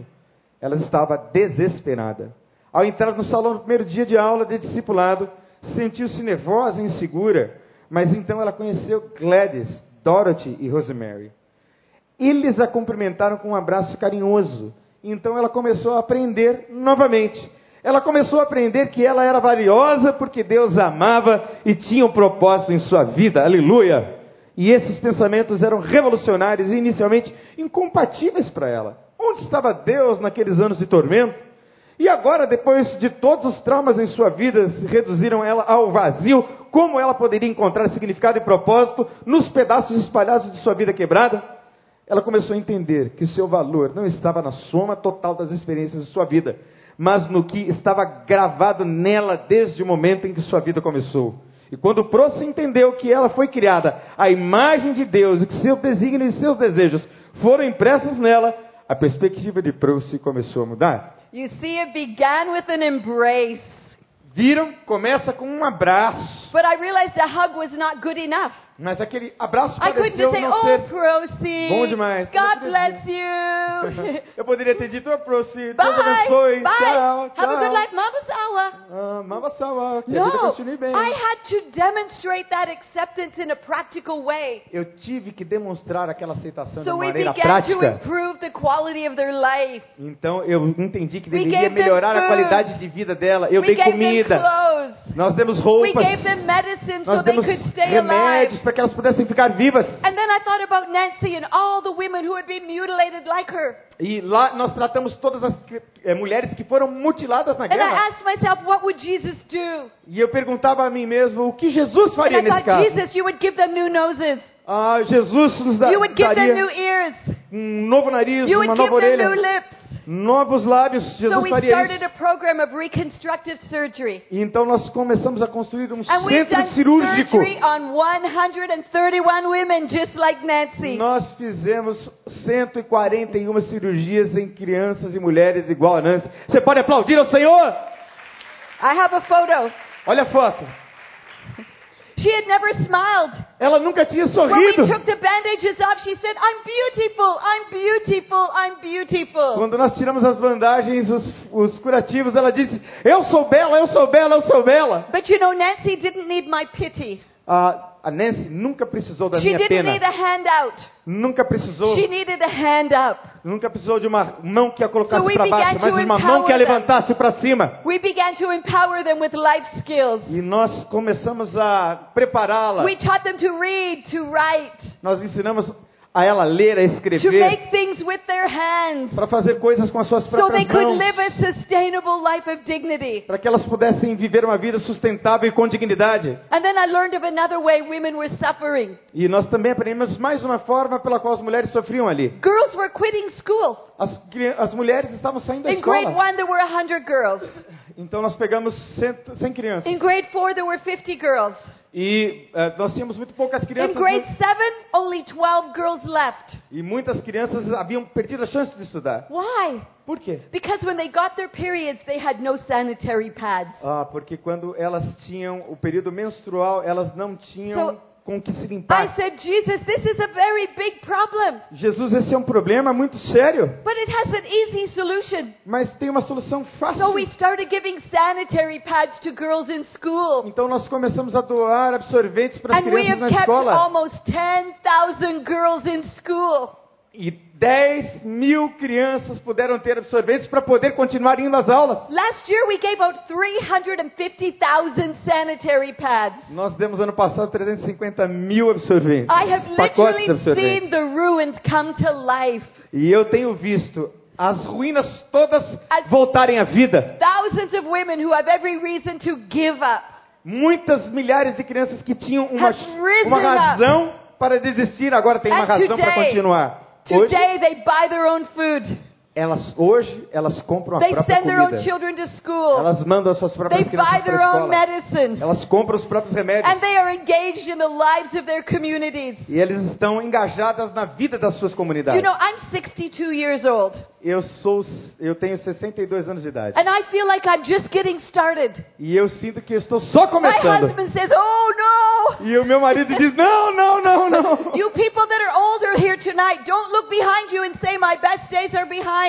[SPEAKER 1] Ela estava desesperada. Ao entrar no salão no primeiro dia de aula de discipulado, sentiu-se nervosa e insegura, mas então ela conheceu Gladys, Dorothy e Rosemary. Eles a cumprimentaram com um abraço carinhoso. Então ela começou a aprender novamente. Ela começou a aprender que ela era valiosa porque Deus a amava e tinha um propósito em sua vida. Aleluia! E esses pensamentos eram revolucionários e inicialmente incompatíveis para ela. Onde estava Deus naqueles anos de tormento? E agora, depois de todos os traumas em sua vida reduziram ela ao vazio, como ela poderia encontrar significado e propósito nos pedaços espalhados de sua vida quebrada? Ela começou a entender que seu valor não estava na soma total das experiências de sua vida, mas no que estava gravado nela desde o momento em que sua vida começou. E quando Proce entendeu que ela foi criada à imagem de Deus e que seu desígnio e seus desejos foram impressos nela, a perspectiva de Proce começou a mudar.
[SPEAKER 2] You see, it began with an embrace.
[SPEAKER 1] Viram? Começa com um abraço.
[SPEAKER 2] But I realized a hug was not good enough.
[SPEAKER 1] Mas aquele abraço
[SPEAKER 2] I couldn't
[SPEAKER 1] pareceu
[SPEAKER 2] just say,
[SPEAKER 1] não
[SPEAKER 2] oh,
[SPEAKER 1] ser bom
[SPEAKER 2] Procy,
[SPEAKER 1] demais. Eu
[SPEAKER 2] God
[SPEAKER 1] poderia
[SPEAKER 2] bless you.
[SPEAKER 1] dizer- Eu poderia ter dito, oh, Proce, Deus
[SPEAKER 2] bye,
[SPEAKER 1] abençoe,
[SPEAKER 2] bye.
[SPEAKER 1] tchau,
[SPEAKER 2] Have a good
[SPEAKER 1] tchau.
[SPEAKER 2] life, Mabasawa.
[SPEAKER 1] Ah, Mama Sawa, que a vida
[SPEAKER 2] No,
[SPEAKER 1] continue bem.
[SPEAKER 2] I had to demonstrate that acceptance in a practical way.
[SPEAKER 1] Eu tive que demonstrar aquela aceitação de
[SPEAKER 2] So
[SPEAKER 1] uma
[SPEAKER 2] we
[SPEAKER 1] maneira
[SPEAKER 2] began to
[SPEAKER 1] prática.
[SPEAKER 2] improve the quality of their life.
[SPEAKER 1] Então eu entendi que
[SPEAKER 2] We
[SPEAKER 1] deveria
[SPEAKER 2] gave them
[SPEAKER 1] melhorar a
[SPEAKER 2] food.
[SPEAKER 1] qualidade de vida dela. Eu
[SPEAKER 2] we
[SPEAKER 1] dei
[SPEAKER 2] gave them
[SPEAKER 1] comida,
[SPEAKER 2] clothes.
[SPEAKER 1] nós demos
[SPEAKER 2] We
[SPEAKER 1] roupas,
[SPEAKER 2] gave them medicine so
[SPEAKER 1] nós
[SPEAKER 2] they
[SPEAKER 1] demos
[SPEAKER 2] could stay alive.
[SPEAKER 1] remédios para que elas pudessem ficar vivas.
[SPEAKER 2] And then I thought about Nancy and all the women who had been mutilated like her.
[SPEAKER 1] E lá nós tratamos todas as que- eh, mulheres que foram mutiladas na
[SPEAKER 2] And I
[SPEAKER 1] guerra.
[SPEAKER 2] asked myself, what would Jesus do?
[SPEAKER 1] E eu perguntava a mim mesmo o que Jesus
[SPEAKER 2] And
[SPEAKER 1] faria
[SPEAKER 2] I
[SPEAKER 1] nesse
[SPEAKER 2] thought,
[SPEAKER 1] caso.
[SPEAKER 2] Jesus, you would give them new noses.
[SPEAKER 1] Ah, Jesus nos da-
[SPEAKER 2] You would give them new
[SPEAKER 1] daria
[SPEAKER 2] ears.
[SPEAKER 1] um novo nariz,
[SPEAKER 2] You
[SPEAKER 1] uma
[SPEAKER 2] would give
[SPEAKER 1] nova
[SPEAKER 2] them
[SPEAKER 1] orelha,
[SPEAKER 2] new lips.
[SPEAKER 1] novos lábios.
[SPEAKER 2] So
[SPEAKER 1] Jesus
[SPEAKER 2] we
[SPEAKER 1] faria isso.
[SPEAKER 2] started a program of reconstructive surgery.
[SPEAKER 1] E então nós começamos a construir um
[SPEAKER 2] And we've
[SPEAKER 1] centro
[SPEAKER 2] done
[SPEAKER 1] cirúrgico.
[SPEAKER 2] surgery on 131 women just like Nancy.
[SPEAKER 1] Nós fizemos 141 cirurgias em crianças e mulheres igual a Nancy. Você pode aplaudir ao Senhor?
[SPEAKER 2] I have a photo.
[SPEAKER 1] Olha a foto.
[SPEAKER 2] She had never smiled.
[SPEAKER 1] Ela nunca tinha
[SPEAKER 2] When we
[SPEAKER 1] sorrido.
[SPEAKER 2] took the bandages off, she said, I'm beautiful, I'm beautiful, I'm beautiful.
[SPEAKER 1] Quando nós tiramos as bandagens, os, os curativos, ela disse: Eu sou bela, eu sou bela, eu sou bela.
[SPEAKER 2] But you know, Nancy didn't need my pity.
[SPEAKER 1] A, a Nancy nunca precisou da
[SPEAKER 2] She
[SPEAKER 1] minha
[SPEAKER 2] didn't need
[SPEAKER 1] pena.
[SPEAKER 2] a handout.
[SPEAKER 1] Nunca precisou,
[SPEAKER 2] She needed a hand up.
[SPEAKER 1] nunca precisou de uma mão que a colocasse
[SPEAKER 2] So we
[SPEAKER 1] para
[SPEAKER 2] began
[SPEAKER 1] baixo,
[SPEAKER 2] to
[SPEAKER 1] mas de uma mão que a
[SPEAKER 2] empower them.
[SPEAKER 1] levantasse para cima.
[SPEAKER 2] We began to empower them with life skills.
[SPEAKER 1] E nós começamos a prepará-la.
[SPEAKER 2] We taught them to read, to write,
[SPEAKER 1] Nós ensinamos a ela ler, a
[SPEAKER 2] to
[SPEAKER 1] escrever,
[SPEAKER 2] make things with their hands.
[SPEAKER 1] para fazer coisas com as suas
[SPEAKER 2] So
[SPEAKER 1] próprias
[SPEAKER 2] they could
[SPEAKER 1] mãos,
[SPEAKER 2] live a sustainable life of dignity.
[SPEAKER 1] para que elas pudessem viver uma vida sustentável e com dignidade.
[SPEAKER 2] And then I learned of another way women were suffering.
[SPEAKER 1] E nós também aprendemos mais uma forma pela qual as mulheres sofriam ali.
[SPEAKER 2] Girls were quitting school.
[SPEAKER 1] As, cri- as mulheres estavam saindo da
[SPEAKER 2] In grade
[SPEAKER 1] escola.
[SPEAKER 2] one, there were 100 girls.
[SPEAKER 1] Então nós pegamos 100, 100 crianças.
[SPEAKER 2] In grade four, there were 50 girls.
[SPEAKER 1] E eh, nós tínhamos muito poucas
[SPEAKER 2] In
[SPEAKER 1] crianças.
[SPEAKER 2] grade seven, only 12 girls left.
[SPEAKER 1] E muitas crianças haviam perdido a chance de estudar.
[SPEAKER 2] Why?
[SPEAKER 1] Por quê?
[SPEAKER 2] Because when they got their periods, they had no sanitary pads.
[SPEAKER 1] Ah, porque quando elas tinham o período menstrual, elas não tinham
[SPEAKER 2] So-
[SPEAKER 1] com que se limpar.
[SPEAKER 2] I said, Jesus, this is a very big problem,
[SPEAKER 1] Jesus, esse é um problema muito sério,
[SPEAKER 2] but it has an easy solution.
[SPEAKER 1] mas tem uma solução fácil.
[SPEAKER 2] So we started giving sanitary pads to girls in school.
[SPEAKER 1] Então nós começamos a doar absorventes para as
[SPEAKER 2] And we
[SPEAKER 1] crianças
[SPEAKER 2] have
[SPEAKER 1] na
[SPEAKER 2] kept
[SPEAKER 1] escola.
[SPEAKER 2] almost 10,000 girls in school.
[SPEAKER 1] E 10 mil crianças puderam ter absorventes para poder continuar indo às aulas.
[SPEAKER 2] Last year we gave out 350,000 sanitary pads.
[SPEAKER 1] Nós demos ano passado 350 mil absorventes,
[SPEAKER 2] I have
[SPEAKER 1] pacotes de
[SPEAKER 2] literally seen
[SPEAKER 1] absorventes.
[SPEAKER 2] the ruins come to life.
[SPEAKER 1] E eu tenho visto as ruínas todas
[SPEAKER 2] As-
[SPEAKER 1] voltarem à vida.
[SPEAKER 2] Thousands of women who have every reason to give up.
[SPEAKER 1] Muitas milhares de crianças que tinham uma,
[SPEAKER 2] Have risen
[SPEAKER 1] uma razão para desistir, agora tem uma
[SPEAKER 2] And
[SPEAKER 1] razão para
[SPEAKER 2] today-
[SPEAKER 1] continuar. Hoje,
[SPEAKER 2] Today they buy their own food.
[SPEAKER 1] elas, hoje, elas compram a
[SPEAKER 2] They
[SPEAKER 1] própria
[SPEAKER 2] send their own
[SPEAKER 1] comida.
[SPEAKER 2] children to school.
[SPEAKER 1] Elas mandam as suas
[SPEAKER 2] They
[SPEAKER 1] próprias
[SPEAKER 2] buy
[SPEAKER 1] crianças para
[SPEAKER 2] their
[SPEAKER 1] a
[SPEAKER 2] own
[SPEAKER 1] escola.
[SPEAKER 2] medicine.
[SPEAKER 1] Elas compram os próprios
[SPEAKER 2] And
[SPEAKER 1] remédios.
[SPEAKER 2] they are engaged in the lives of their communities.
[SPEAKER 1] E elas estão engajadas na vida das suas
[SPEAKER 2] You
[SPEAKER 1] comunidades.
[SPEAKER 2] know, I'm 62 years old,
[SPEAKER 1] Eu sou, eu tenho 62 anos de idade.
[SPEAKER 2] and I feel like I'm just getting started.
[SPEAKER 1] E eu sinto que eu estou só
[SPEAKER 2] My
[SPEAKER 1] começando.
[SPEAKER 2] husband says, Oh no!
[SPEAKER 1] E o meu marido diz, não, não, não, não.
[SPEAKER 2] You people that are older here tonight, don't look behind you and say, My best days are behind.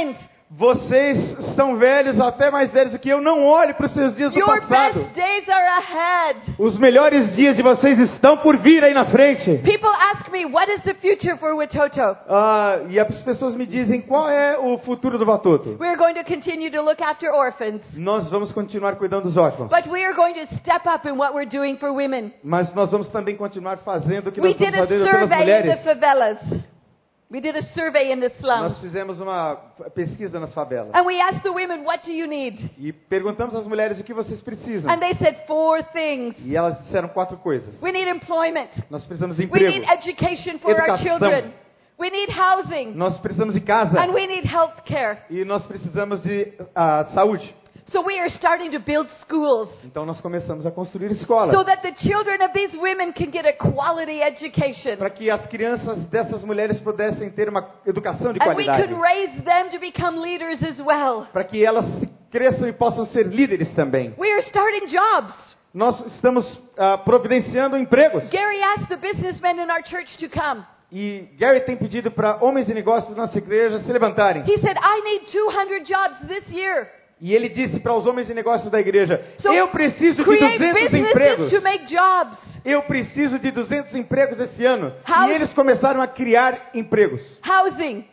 [SPEAKER 1] Vocês estão velhos, até mais velhos do que eu. Não olhe para os seus dias do
[SPEAKER 2] Your
[SPEAKER 1] passado.
[SPEAKER 2] best days are ahead.
[SPEAKER 1] Os melhores dias de vocês estão por vir aí na frente.
[SPEAKER 2] People ask me, What is the future for Watoto?
[SPEAKER 1] Ah, e as pessoas me dizem qual é o futuro do Vatuto.
[SPEAKER 2] We're going to continue to look after orphans,
[SPEAKER 1] Nós vamos continuar cuidando dos órfãos,
[SPEAKER 2] but we are going to step up in what we're doing for women.
[SPEAKER 1] mas nós vamos também continuar fazendo o que
[SPEAKER 2] We
[SPEAKER 1] nós
[SPEAKER 2] did
[SPEAKER 1] estamos
[SPEAKER 2] a
[SPEAKER 1] fazendo pelas
[SPEAKER 2] survey in the
[SPEAKER 1] mulheres.
[SPEAKER 2] favelas. We did a survey in the
[SPEAKER 1] Nós
[SPEAKER 2] slums.
[SPEAKER 1] fizemos uma pesquisa nas favelas
[SPEAKER 2] And we asked the women, what do you need?
[SPEAKER 1] e perguntamos às mulheres o que vocês precisam.
[SPEAKER 2] And they said four things.
[SPEAKER 1] E elas disseram quatro coisas.
[SPEAKER 2] We need employment.
[SPEAKER 1] Nós precisamos de
[SPEAKER 2] We need
[SPEAKER 1] emprego,
[SPEAKER 2] education for our
[SPEAKER 1] Educação.
[SPEAKER 2] children. We need housing.
[SPEAKER 1] nós precisamos de casa
[SPEAKER 2] And we need health care.
[SPEAKER 1] e nós precisamos de ah, saúde.
[SPEAKER 2] So we are starting to build schools
[SPEAKER 1] Então nós começamos a construir escolas
[SPEAKER 2] so that the children of these women can get a quality education.
[SPEAKER 1] para que as crianças dessas mulheres pudessem ter uma educação de
[SPEAKER 2] And we
[SPEAKER 1] qualidade,
[SPEAKER 2] can raise them to become leaders as well.
[SPEAKER 1] para que elas cresçam e possam ser líderes também.
[SPEAKER 2] We are starting jobs.
[SPEAKER 1] Nós estamos ah, providenciando empregos
[SPEAKER 2] Gary asked the businessmen in our church to come.
[SPEAKER 1] e Gary tem pedido para homens de negócios da nossa igreja se levantarem.
[SPEAKER 2] He said, I need 200 jobs this year.
[SPEAKER 1] E ele disse para os homens de negócios da igreja:
[SPEAKER 2] So,
[SPEAKER 1] Eu preciso de
[SPEAKER 2] Create
[SPEAKER 1] 200 empregos.
[SPEAKER 2] businesses to make jobs.
[SPEAKER 1] Eu preciso de 200 empregos esse ano.
[SPEAKER 2] How-
[SPEAKER 1] E eles começaram a criar empregos. ah,
[SPEAKER 2] Housing.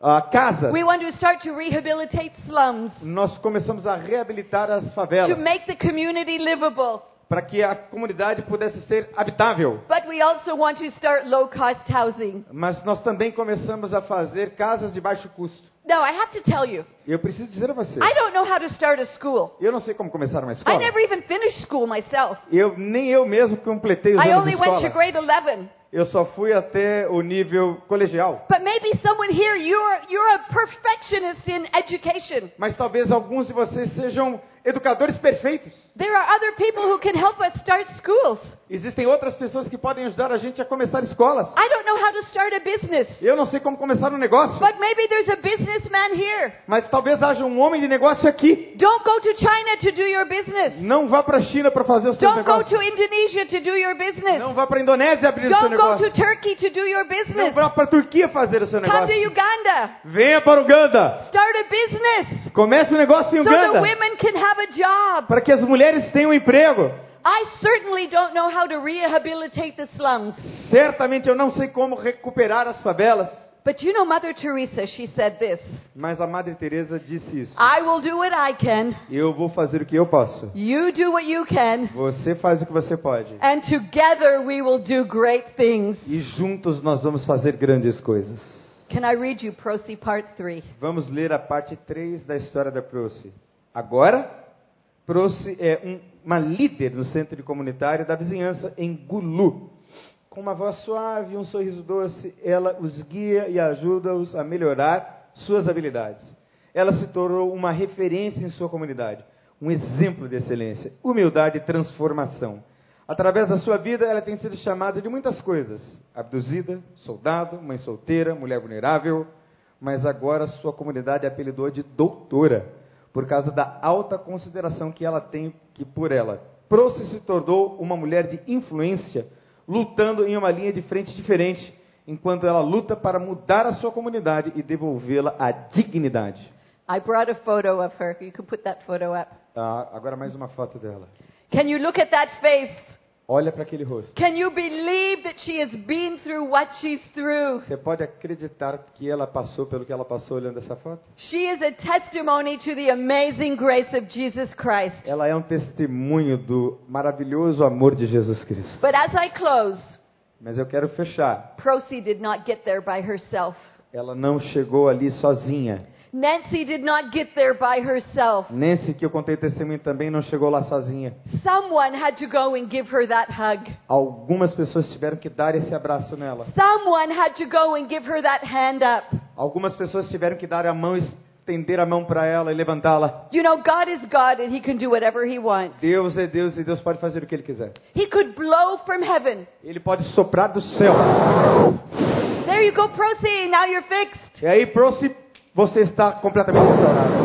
[SPEAKER 1] A casa.
[SPEAKER 2] We want to start to rehabilitate slums.
[SPEAKER 1] Nós começamos a reabilitar as
[SPEAKER 2] To
[SPEAKER 1] favelas
[SPEAKER 2] make the community livable.
[SPEAKER 1] para que a comunidade pudesse ser habitável.
[SPEAKER 2] But we also want to start low cost housing.
[SPEAKER 1] Mas nós também começamos a fazer casas de baixo custo.
[SPEAKER 2] Now, I have to tell you,
[SPEAKER 1] Eu preciso dizer a você,
[SPEAKER 2] I don't know how to start a school.
[SPEAKER 1] eu não sei como começar uma
[SPEAKER 2] I
[SPEAKER 1] escola.
[SPEAKER 2] never even finished school myself.
[SPEAKER 1] Eu nem eu mesmo completei os
[SPEAKER 2] I
[SPEAKER 1] anos de
[SPEAKER 2] only went to
[SPEAKER 1] escola.
[SPEAKER 2] grade 11.
[SPEAKER 1] Eu só fui até o nível colegial.
[SPEAKER 2] But maybe someone here, you're, you're a perfectionist in education.
[SPEAKER 1] Mas talvez alguns de vocês sejam educadores perfeitos.
[SPEAKER 2] There are other people who can help us start schools.
[SPEAKER 1] Existem outras pessoas que podem ajudar a gente a começar escolas.
[SPEAKER 2] I don't know how to start a business.
[SPEAKER 1] Eu não sei como começar um negócio,
[SPEAKER 2] But maybe there's a businessman here.
[SPEAKER 1] mas talvez haja um homem de negócio aqui.
[SPEAKER 2] Don't go to China to do your business.
[SPEAKER 1] Não vá para a China para fazer o seu
[SPEAKER 2] Don't go to
[SPEAKER 1] negócio.
[SPEAKER 2] Indonesia to do your business.
[SPEAKER 1] Não vá para a Indonésia abrir o seu
[SPEAKER 2] Don't go to
[SPEAKER 1] negócio.
[SPEAKER 2] Turkey to do your
[SPEAKER 1] Não
[SPEAKER 2] business.
[SPEAKER 1] vá para a Turquia fazer o seu
[SPEAKER 2] Come to
[SPEAKER 1] negócio.
[SPEAKER 2] Uganda.
[SPEAKER 1] Venha para Uganda.
[SPEAKER 2] Start a business
[SPEAKER 1] Comece o negócio em
[SPEAKER 2] so that
[SPEAKER 1] Uganda
[SPEAKER 2] women can have a job.
[SPEAKER 1] para que as mulheres tenham um emprego.
[SPEAKER 2] I certainly don't know how to rehabilitate the slums.
[SPEAKER 1] Certamente eu não sei como recuperar as favelas,
[SPEAKER 2] But you know, Mother Teresa, she said this
[SPEAKER 1] mas a Madre Teresa disse isso.
[SPEAKER 2] I will do what I can,
[SPEAKER 1] Eu vou fazer o que eu posso.
[SPEAKER 2] you do what you can,
[SPEAKER 1] Você faz o que você pode.
[SPEAKER 2] and together we will do great things.
[SPEAKER 1] E juntos nós vamos fazer grandes coisas.
[SPEAKER 2] Can I read you Prosy Part 3?
[SPEAKER 1] Vamos ler a parte 3 da história da Proce. Agora, Proce é um- uma líder do centro de comunitário da vizinhança em Gulu. Com uma voz suave e um sorriso doce, ela os guia e ajuda-os a melhorar suas habilidades. Ela se tornou uma referência em sua comunidade, um exemplo de excelência, humildade e transformação. Através da sua vida, ela tem sido chamada de muitas coisas: abduzida, soldado, mãe solteira, mulher vulnerável, mas agora sua comunidade a apelidou de doutora, por causa da alta consideração que ela tem que por ela. Proce se tornou uma mulher de influência, lutando em uma linha de frente diferente, enquanto ela luta para mudar a sua comunidade e devolvê-la à dignidade.
[SPEAKER 2] I brought a photo of her. You can put that photo up.
[SPEAKER 1] Ah, agora mais uma foto dela.
[SPEAKER 2] Can you look at that face?
[SPEAKER 1] Olha para aquele rosto.
[SPEAKER 2] Can you believe that she has been through what she's through?
[SPEAKER 1] Você pode acreditar que ela passou pelo que ela passou olhando essa foto?
[SPEAKER 2] She is a testimony to the amazing grace of Jesus Christ.
[SPEAKER 1] Ela é um testemunho do maravilhoso amor de Jesus Cristo.
[SPEAKER 2] But as I close,
[SPEAKER 1] Mas eu quero fechar
[SPEAKER 2] Prosy did not get there by herself.
[SPEAKER 1] Ela não chegou ali sozinha.
[SPEAKER 2] Nancy did not get there by herself.
[SPEAKER 1] Nancy, que eu contei o testemunho também, não chegou lá sozinha.
[SPEAKER 2] Someone had to go and give her that hug.
[SPEAKER 1] Algumas pessoas tiveram que dar esse abraço nela.
[SPEAKER 2] Someone had to go and give her that hand up.
[SPEAKER 1] Algumas pessoas tiveram que dar a mão, estender a mão para ela e levantá-la.
[SPEAKER 2] You know, God is God and He can do whatever He wants.
[SPEAKER 1] Deus é Deus e Deus pode fazer o que Ele quiser.
[SPEAKER 2] He could blow from heaven.
[SPEAKER 1] Ele pode soprar do céu.
[SPEAKER 2] There you go, Procy, now you're fixed.
[SPEAKER 1] E aí, Procy, você está completamente restaurado.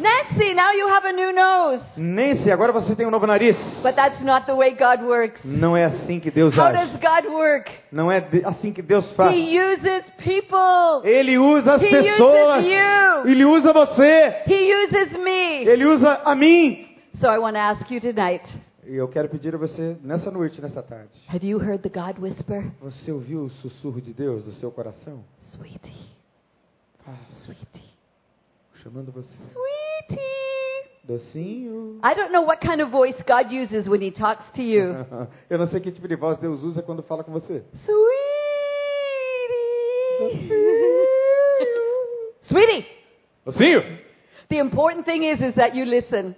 [SPEAKER 2] Nancy, now you have a new nose.
[SPEAKER 1] Nancy, agora você tem um novo nariz.
[SPEAKER 2] But that's not the way God works.
[SPEAKER 1] Não é assim que Deus
[SPEAKER 2] How
[SPEAKER 1] age.
[SPEAKER 2] does God work?
[SPEAKER 1] Não é de- assim que Deus faz.
[SPEAKER 2] He uses people.
[SPEAKER 1] Ele usa as
[SPEAKER 2] He
[SPEAKER 1] pessoas.
[SPEAKER 2] uses you.
[SPEAKER 1] Ele usa você.
[SPEAKER 2] He uses me.
[SPEAKER 1] Ele usa a mim.
[SPEAKER 2] So I want to ask you tonight
[SPEAKER 1] E eu quero pedir a você, nessa noite, nessa tarde,
[SPEAKER 2] have you heard the God whisper?
[SPEAKER 1] você ouviu o sussurro de Deus do seu coração?
[SPEAKER 2] Sweetie, sweetie,
[SPEAKER 1] Chamando você.
[SPEAKER 2] sweetie.
[SPEAKER 1] Docinho.
[SPEAKER 2] I don't know what kind of voice God uses when He talks to you.
[SPEAKER 1] Eu não sei que tipo de voz Deus usa quando fala com você.
[SPEAKER 2] Sweetie. Sweetie.
[SPEAKER 1] Docinho!
[SPEAKER 2] The important thing is is that you listen.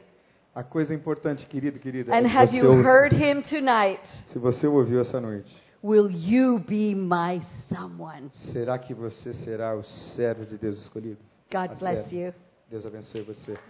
[SPEAKER 1] A coisa importante, querido, querida,
[SPEAKER 2] And
[SPEAKER 1] é
[SPEAKER 2] have
[SPEAKER 1] que
[SPEAKER 2] you
[SPEAKER 1] você ouça.
[SPEAKER 2] heard him tonight?
[SPEAKER 1] Se você o ouviu essa noite,
[SPEAKER 2] Will you be my someone?
[SPEAKER 1] será que você será o servo de Deus escolhido?
[SPEAKER 2] God
[SPEAKER 1] A
[SPEAKER 2] bless
[SPEAKER 1] serva.
[SPEAKER 2] you.
[SPEAKER 1] Deus abençoe você.